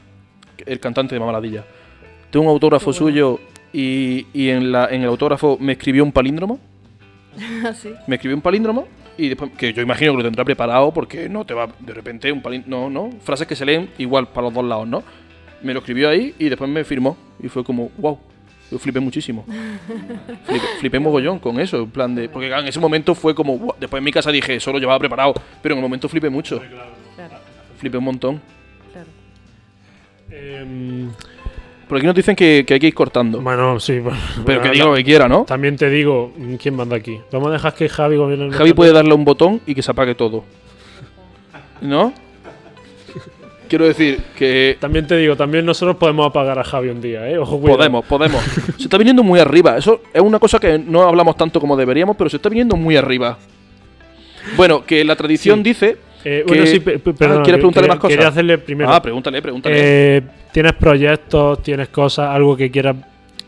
Speaker 1: el cantante de Mamaladilla? Tengo un autógrafo
Speaker 3: Qué bueno.
Speaker 1: suyo y, y en, la, en el autógrafo me escribió un palíndromo.
Speaker 3: Así.
Speaker 1: me escribió un palíndromo y después, que yo imagino que lo tendrá preparado porque no te va de repente un palíndromo, no, no, frases que se leen igual para los dos lados, ¿no? Me lo escribió ahí y después me firmó y fue como, wow, yo flipé muchísimo. flipé, flipé mogollón con eso, en plan de, porque claro, en ese momento fue como, "Guau". después en mi casa dije, eso lo llevaba preparado, pero en el momento flipé mucho,
Speaker 3: Claro,
Speaker 1: flipé un montón.
Speaker 3: claro.
Speaker 4: Em,
Speaker 1: Por aquí nos dicen que, que hay que ir cortando,
Speaker 2: Bueno, sí. bueno,
Speaker 1: pero que
Speaker 2: bueno,
Speaker 1: diga lo que quiera, ¿no?
Speaker 2: También te digo, mm, ¿quién manda aquí? Vamos a dejar que Javi gobierne el
Speaker 1: Javi puede darle un botón y que se apague todo.
Speaker 2: [laughs]
Speaker 1: ¿No? Quiero decir que
Speaker 2: También te digo, también nosotros podemos apagar a Javi un día, ¿eh? Ojo, cuidado.
Speaker 1: Podemos, podemos. Se está viniendo muy arriba. Eso es una cosa que no hablamos tanto como deberíamos, pero se está viniendo muy arriba. Bueno, que la tradición
Speaker 2: Sí.
Speaker 1: dice. que-
Speaker 2: Eh, bueno, sí, pe- pe-
Speaker 1: Ah,
Speaker 2: perdona,
Speaker 1: ¿Quieres preguntarle
Speaker 2: quería-
Speaker 1: más cosas?
Speaker 2: Quería hacerle primero.
Speaker 1: Ah, pregúntale, pregúntale.
Speaker 2: eh, ¿Tienes proyectos, tienes cosas, algo que quieras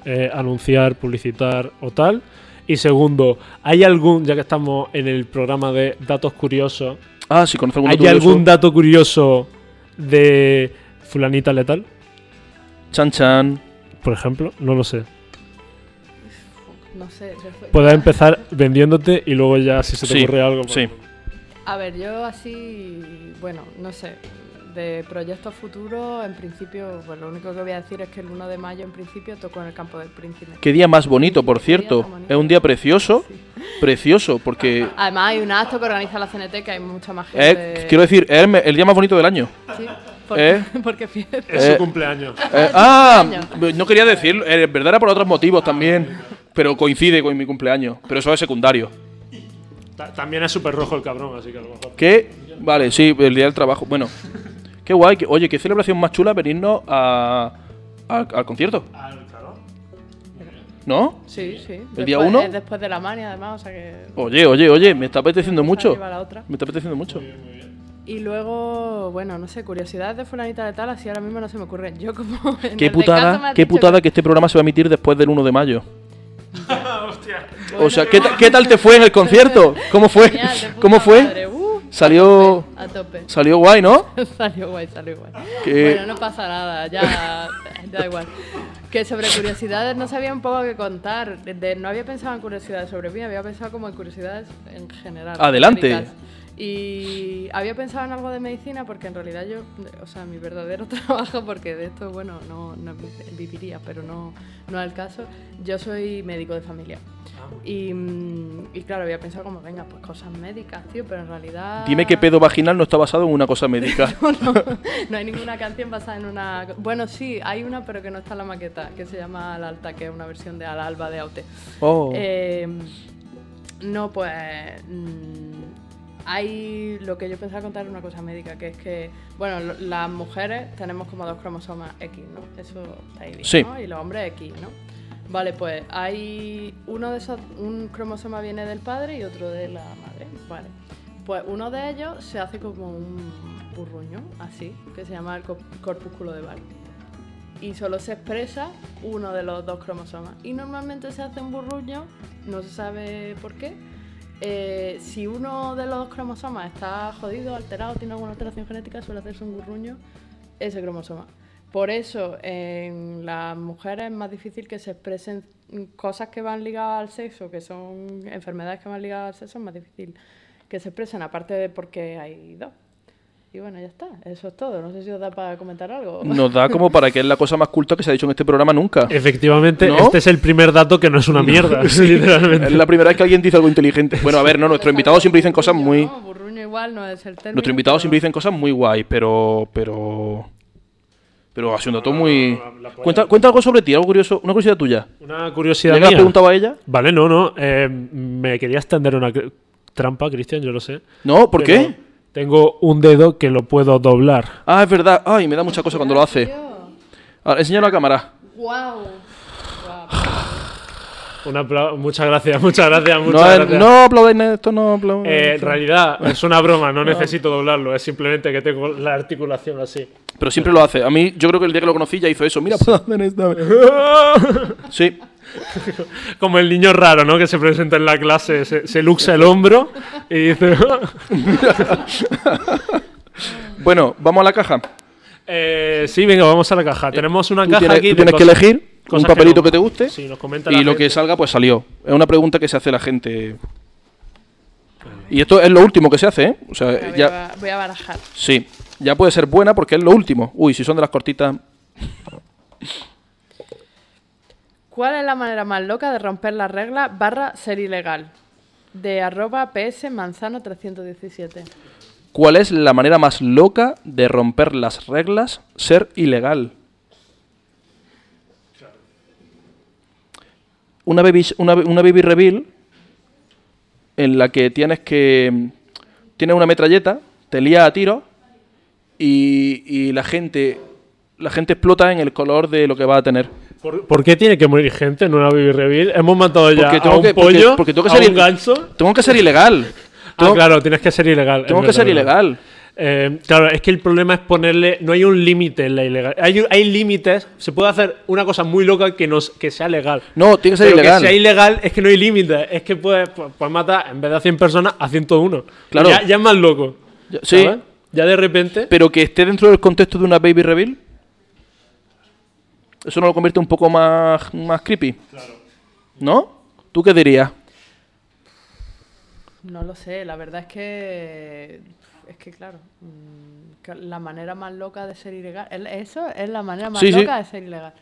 Speaker 2: eh, anunciar, publicitar o tal? Y segundo, ¿hay algún, ya que estamos en el programa de datos curiosos,
Speaker 1: ah, si conoce algún
Speaker 2: ¿hay
Speaker 1: otro de
Speaker 2: algún
Speaker 1: esos.
Speaker 2: dato curioso de fulanita letal?
Speaker 1: Chan Chan.
Speaker 2: Por ejemplo, no lo sé.
Speaker 3: No sé. yo fue-
Speaker 2: Puedes empezar vendiéndote y luego ya si se te
Speaker 1: Sí,
Speaker 2: ocurre algo. pues-
Speaker 1: sí.
Speaker 3: A ver, yo así, bueno, no sé. De proyectos futuros, en principio, pues lo único que voy a decir es que el 1 de mayo, en principio, toco en el campo del Príncipe.
Speaker 1: Qué día más bonito, por
Speaker 3: Qué día
Speaker 1: cierto.
Speaker 3: tan bonito.
Speaker 1: Es un día precioso,
Speaker 3: Sí.
Speaker 1: precioso, porque.
Speaker 3: Además, hay un acto que organiza la CNT que hay mucha más gente.
Speaker 1: eh, quiero decir, es el, me- el día más bonito del año.
Speaker 3: Sí, por-
Speaker 1: ¿Eh?
Speaker 3: porque [laughs] fíjate.
Speaker 2: Es
Speaker 1: Eh,
Speaker 2: su cumpleaños.
Speaker 1: Eh, ah, no quería decirlo. eh, En verdad era por otros motivos también. Pero coincide con mi cumpleaños. Pero eso es secundario.
Speaker 2: Ta- También es súper rojo el cabrón, así que a lo
Speaker 1: [laughs]
Speaker 2: mejor.
Speaker 1: Que, vale, sí, el día del trabajo. Bueno, qué guay. que- oye, qué celebración más chula venirnos a, al- al concierto,
Speaker 4: al carón.
Speaker 1: ¿no?
Speaker 3: Sí, sí.
Speaker 1: ¿El día
Speaker 3: Después-
Speaker 1: uno?
Speaker 3: es Después de la mania, además, o sea que.
Speaker 1: Oye, oye, oye, me está apeteciendo
Speaker 3: una
Speaker 1: mucho.
Speaker 3: lleva a la otra.
Speaker 1: Me está apeteciendo mucho.
Speaker 3: Y luego, bueno, no sé, curiosidades de fulanita de tal, así ahora mismo no se me ocurre. Yo como... [laughs] en
Speaker 1: Qué
Speaker 3: el descanso me
Speaker 1: putada,
Speaker 3: has
Speaker 1: qué
Speaker 3: dicho
Speaker 1: putada que este programa se va a emitir después del 1 de mayo.
Speaker 4: Hostia.
Speaker 3: que-
Speaker 1: O sea,
Speaker 3: Bueno,
Speaker 1: ¿qué, ta- qué tal te fue en el concierto? ¿Cómo fue?
Speaker 3: genial, de puta
Speaker 1: ¿Cómo
Speaker 3: madre,
Speaker 1: fue?
Speaker 3: uh,
Speaker 1: Salió,
Speaker 3: A tope.
Speaker 1: salió guay, ¿no?
Speaker 3: [laughs] salió guay, salió guay.
Speaker 1: Que-
Speaker 3: Bueno, no pasa nada, ya da igual. Que sobre curiosidades no sabía un poco qué contar. De- de- no había pensado en curiosidades sobre mí, había pensado como en curiosidades en general.
Speaker 1: Adelante.
Speaker 3: genéricas. Y había pensado en algo de medicina porque en realidad yo, o sea, mi verdadero [laughs] trabajo, porque de esto, bueno, no, no viviría, pero no, no es el caso, yo soy médico de familia.
Speaker 1: Ah,
Speaker 3: Y, mm, y claro, había pensado como, venga, pues cosas médicas, tío, pero en realidad...
Speaker 1: Dime que pedo vaginal no está basado en una cosa
Speaker 3: [laughs]
Speaker 1: médica.
Speaker 3: No, no hay ninguna canción basada en una. Bueno, sí, hay una, pero que no está en la maqueta, que se llama Al Alta, que es una versión de Al Alba de Aute.
Speaker 1: Oh.
Speaker 3: Eh, no, pues. mm, hay lo que yo pensaba contar es una cosa médica, que es que, bueno, lo- las mujeres tenemos como dos cromosomas X, ¿no? Eso está ahí bien,
Speaker 1: Sí.
Speaker 3: ¿no? Y los hombres X, ¿no? Vale, pues hay uno de esos, un cromosoma viene del padre y otro de la madre. Vale. Pues uno de ellos se hace como un burruño, así, que se llama el cor- corpúsculo de Bart. Y solo se expresa uno de los dos cromosomas. Y normalmente se hace un burruño, no se sabe por qué. Eh, si uno de los cromosomas está jodido, alterado, tiene alguna alteración genética, suele hacerse un burruño ese cromosoma. Por eso en las mujeres es más difícil que se expresen cosas que van ligadas al sexo, que son enfermedades que van ligadas al sexo, es más difícil que se expresen, aparte de porque hay dos. Y bueno, ya está, eso es todo. No sé si os da para comentar algo.
Speaker 1: Nos da como para que es la cosa más culta que se ha dicho en este programa
Speaker 2: Eh,
Speaker 1: nunca.
Speaker 2: Efectivamente,
Speaker 1: ¿No?
Speaker 2: este es el primer dato que
Speaker 1: [laughs]
Speaker 2: no es una mierda, [laughs] literalmente.
Speaker 1: Es la primera vez que alguien dice algo inteligente. Bueno, a ver, no, nuestros invitados siempre dicen cosas
Speaker 3: Burruño,
Speaker 1: muy.
Speaker 3: no, burruño igual no es el término.
Speaker 1: Nuestros invitados
Speaker 3: pero-
Speaker 1: siempre dicen cosas muy guay, pero. Pero. Pero haciendo todo muy. Cuenta, cuenta algo sobre ti, algo curioso, una curiosidad tuya.
Speaker 2: Una
Speaker 1: ¿Ya
Speaker 2: curiosidad
Speaker 1: que le has
Speaker 2: mía.
Speaker 1: preguntado a ella?
Speaker 2: Vale, no, no. eh, me querías tender una cr- trampa, Cristian, yo lo sé.
Speaker 1: No, ¿por
Speaker 2: Tengo-
Speaker 1: qué?
Speaker 2: Tengo un dedo que lo puedo doblar.
Speaker 1: Ah, es verdad. Ay, me da mucha cosa cuando lo hace. Ahora, enséñalo a cámara.
Speaker 3: ¡Guau! Guau.
Speaker 2: Un apla- Muchas gracias, [laughs] muchas gracias, muchas
Speaker 1: No,
Speaker 2: gracias.
Speaker 1: no aplaudáis esto, no aplaudáis.
Speaker 2: Eh, en realidad es una broma, no necesito doblarlo, es simplemente que tengo la articulación así. [laughs]
Speaker 1: Pero siempre lo hace. A mí, yo creo que el día que lo conocí ya hizo eso. Mira, puedo hacer esta vez. Sí.
Speaker 2: Como el niño raro, ¿no? Que se presenta en la clase, se, se luxa el hombro y dice... [laughs]
Speaker 1: Bueno, vamos a la caja.
Speaker 2: Eh, sí, venga, vamos a la caja. Tenemos una
Speaker 1: Eh, Tú
Speaker 2: caja
Speaker 1: tienes, tú
Speaker 2: aquí... de
Speaker 1: tienes que
Speaker 2: cosas-
Speaker 1: elegir un
Speaker 2: cosas
Speaker 1: papelito
Speaker 2: no-
Speaker 1: que, te guste
Speaker 2: Sí, nos comenta la
Speaker 1: y lo
Speaker 2: gente.
Speaker 1: que salga, pues salió. Es una pregunta que se hace la gente. Y esto es lo último que se hace, ¿eh? O sea,
Speaker 3: Voy,
Speaker 1: ya.
Speaker 3: a, voy a barajar.
Speaker 1: Sí, ya puede ser buena porque es lo último. Uy, si son de las cortitas.
Speaker 3: ¿Cuál es la manera más loca de romper la regla barra ser ilegal? De arroba PS Manzano 317.
Speaker 1: ¿Cuál es la manera más loca de romper las reglas? Ser ilegal. Una baby, una, ba- una baby reveal en la que tienes que. Tienes una metralleta, te lía a tiro y, y la gente. La gente explota en el color de lo que va a tener.
Speaker 2: ¿Por, por qué tiene que morir gente en una baby reveal? Hemos matado ya
Speaker 1: Porque
Speaker 2: a
Speaker 1: tengo
Speaker 2: un
Speaker 1: que- porque-
Speaker 2: pollo,
Speaker 1: porque tengo que
Speaker 2: a
Speaker 1: ser
Speaker 2: un
Speaker 1: il-
Speaker 2: ganso...
Speaker 1: Tengo que ser ilegal.
Speaker 2: [laughs] Ah,
Speaker 1: Tengo,
Speaker 2: claro, tienes que ser ilegal. es
Speaker 1: tengo que
Speaker 2: verdad,
Speaker 1: ser
Speaker 2: es verdad.
Speaker 1: ilegal.
Speaker 2: Eh, claro, es que el problema es ponerle. No hay un límite en la ilegal. Hay, hay límites. Se puede hacer una cosa muy loca que, nos, que sea legal.
Speaker 1: No, tiene que ser
Speaker 2: Pero
Speaker 1: ilegal.
Speaker 2: Que sea ilegal es que no hay límite. Es que puedes, pu- puedes matar en vez de a 100 personas a 101.
Speaker 1: Claro.
Speaker 2: Ya, ya es más loco.
Speaker 1: Ya- sí.
Speaker 2: ¿sabes? Ya de repente.
Speaker 1: pero que esté dentro del contexto de una baby reveal, eso no lo convierte un poco más, más creepy. ¿No? ¿Tú qué dirías?
Speaker 3: No lo sé, la verdad es que. Es que, claro. mm, que La manera más loca de ser ilegal. el- Eso es la manera más
Speaker 1: Sí, sí.
Speaker 3: loca de ser ilegal.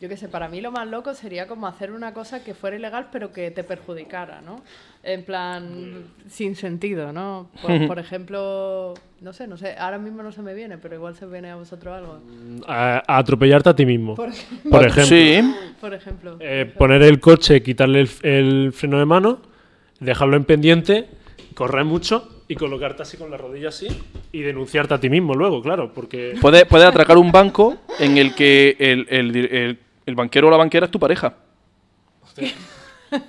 Speaker 3: Yo qué sé, para mí lo más loco sería como hacer una cosa que fuera ilegal pero que te perjudicara, ¿no? En plan, sin sentido, ¿no?
Speaker 1: [laughs]
Speaker 3: Por, por ejemplo, no sé, no sé, ahora mismo no se me viene, pero igual se viene a vosotros algo.
Speaker 2: A, a atropellarte a ti mismo.
Speaker 3: Por
Speaker 2: Por,
Speaker 3: ejemplo.
Speaker 2: ejemplo.
Speaker 1: Sí.
Speaker 3: Por ejemplo.
Speaker 2: Eh, poner el coche, quitarle el, el freno de mano, dejarlo en pendiente, correr mucho y colocarte así con la rodilla así y denunciarte a ti mismo luego, claro, porque
Speaker 1: Puedes, puedes atracar un banco en el que el, el dir- el- el banquero o la banquera es tu pareja.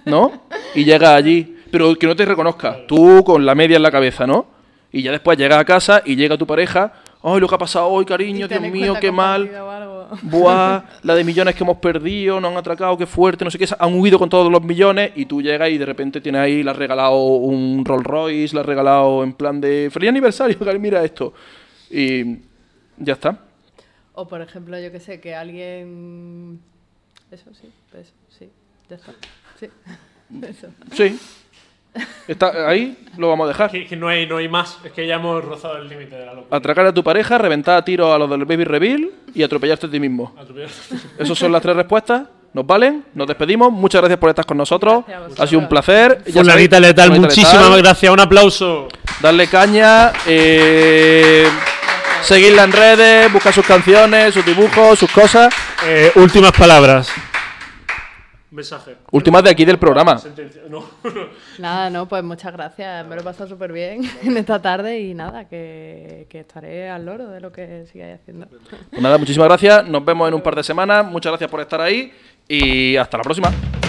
Speaker 1: ¿No? Y llegas allí, pero que no te reconozca. Tú con la media en la cabeza, ¿no? Y ya después llegas a casa y llega tu pareja. ¡Ay, lo que ha pasado hoy,
Speaker 3: Y
Speaker 1: cariño! ¡Dios
Speaker 3: tener
Speaker 1: mío,
Speaker 3: cuenta
Speaker 1: qué mal!
Speaker 3: compartida o algo. [laughs]
Speaker 1: Buah, la de millones que hemos perdido, nos han atracado, qué fuerte, no sé qué, han huido con todos los millones y tú llegas y de repente tienes ahí, le has regalado un Rolls Royce, le has regalado en plan de feliz aniversario, [laughs] Gal, mira esto. Y ya está.
Speaker 3: O por ejemplo, yo que sé, que alguien... Eso sí, eso sí, ya está. Sí, eso.
Speaker 1: Sí. Está ahí, lo vamos a dejar.
Speaker 2: que, que no, hay, no hay más, es que ya hemos rozado el límite de la locura.
Speaker 1: Atracar a tu pareja, reventar a tiros a los del Baby Reveal y atropellarte a ti mismo.
Speaker 2: Atropellarte.
Speaker 1: Esas son las tres respuestas. Nos valen, nos despedimos. Muchas gracias por estar con nosotros.
Speaker 3: Gracias a vosotros.
Speaker 1: Ha sido un placer. Ya
Speaker 2: Fulanita
Speaker 1: sabéis,
Speaker 2: letal,
Speaker 1: fulanita
Speaker 2: muchísimas
Speaker 1: letal.
Speaker 2: gracias, un aplauso.
Speaker 1: darle caña, eh, seguirla en redes, buscar sus canciones, sus dibujos, sus cosas.
Speaker 2: Eh, últimas palabras. Mensaje.
Speaker 1: Últimas de aquí del programa.
Speaker 2: Sentencia. No.
Speaker 3: Nada, no, pues muchas gracias. Me lo he pasado súper bien [laughs] en esta tarde y nada, que, que estaré al loro de lo que sigáis haciendo.
Speaker 1: Pues nada, muchísimas gracias. Nos vemos en un par de semanas. Muchas gracias por estar ahí Y hasta la próxima.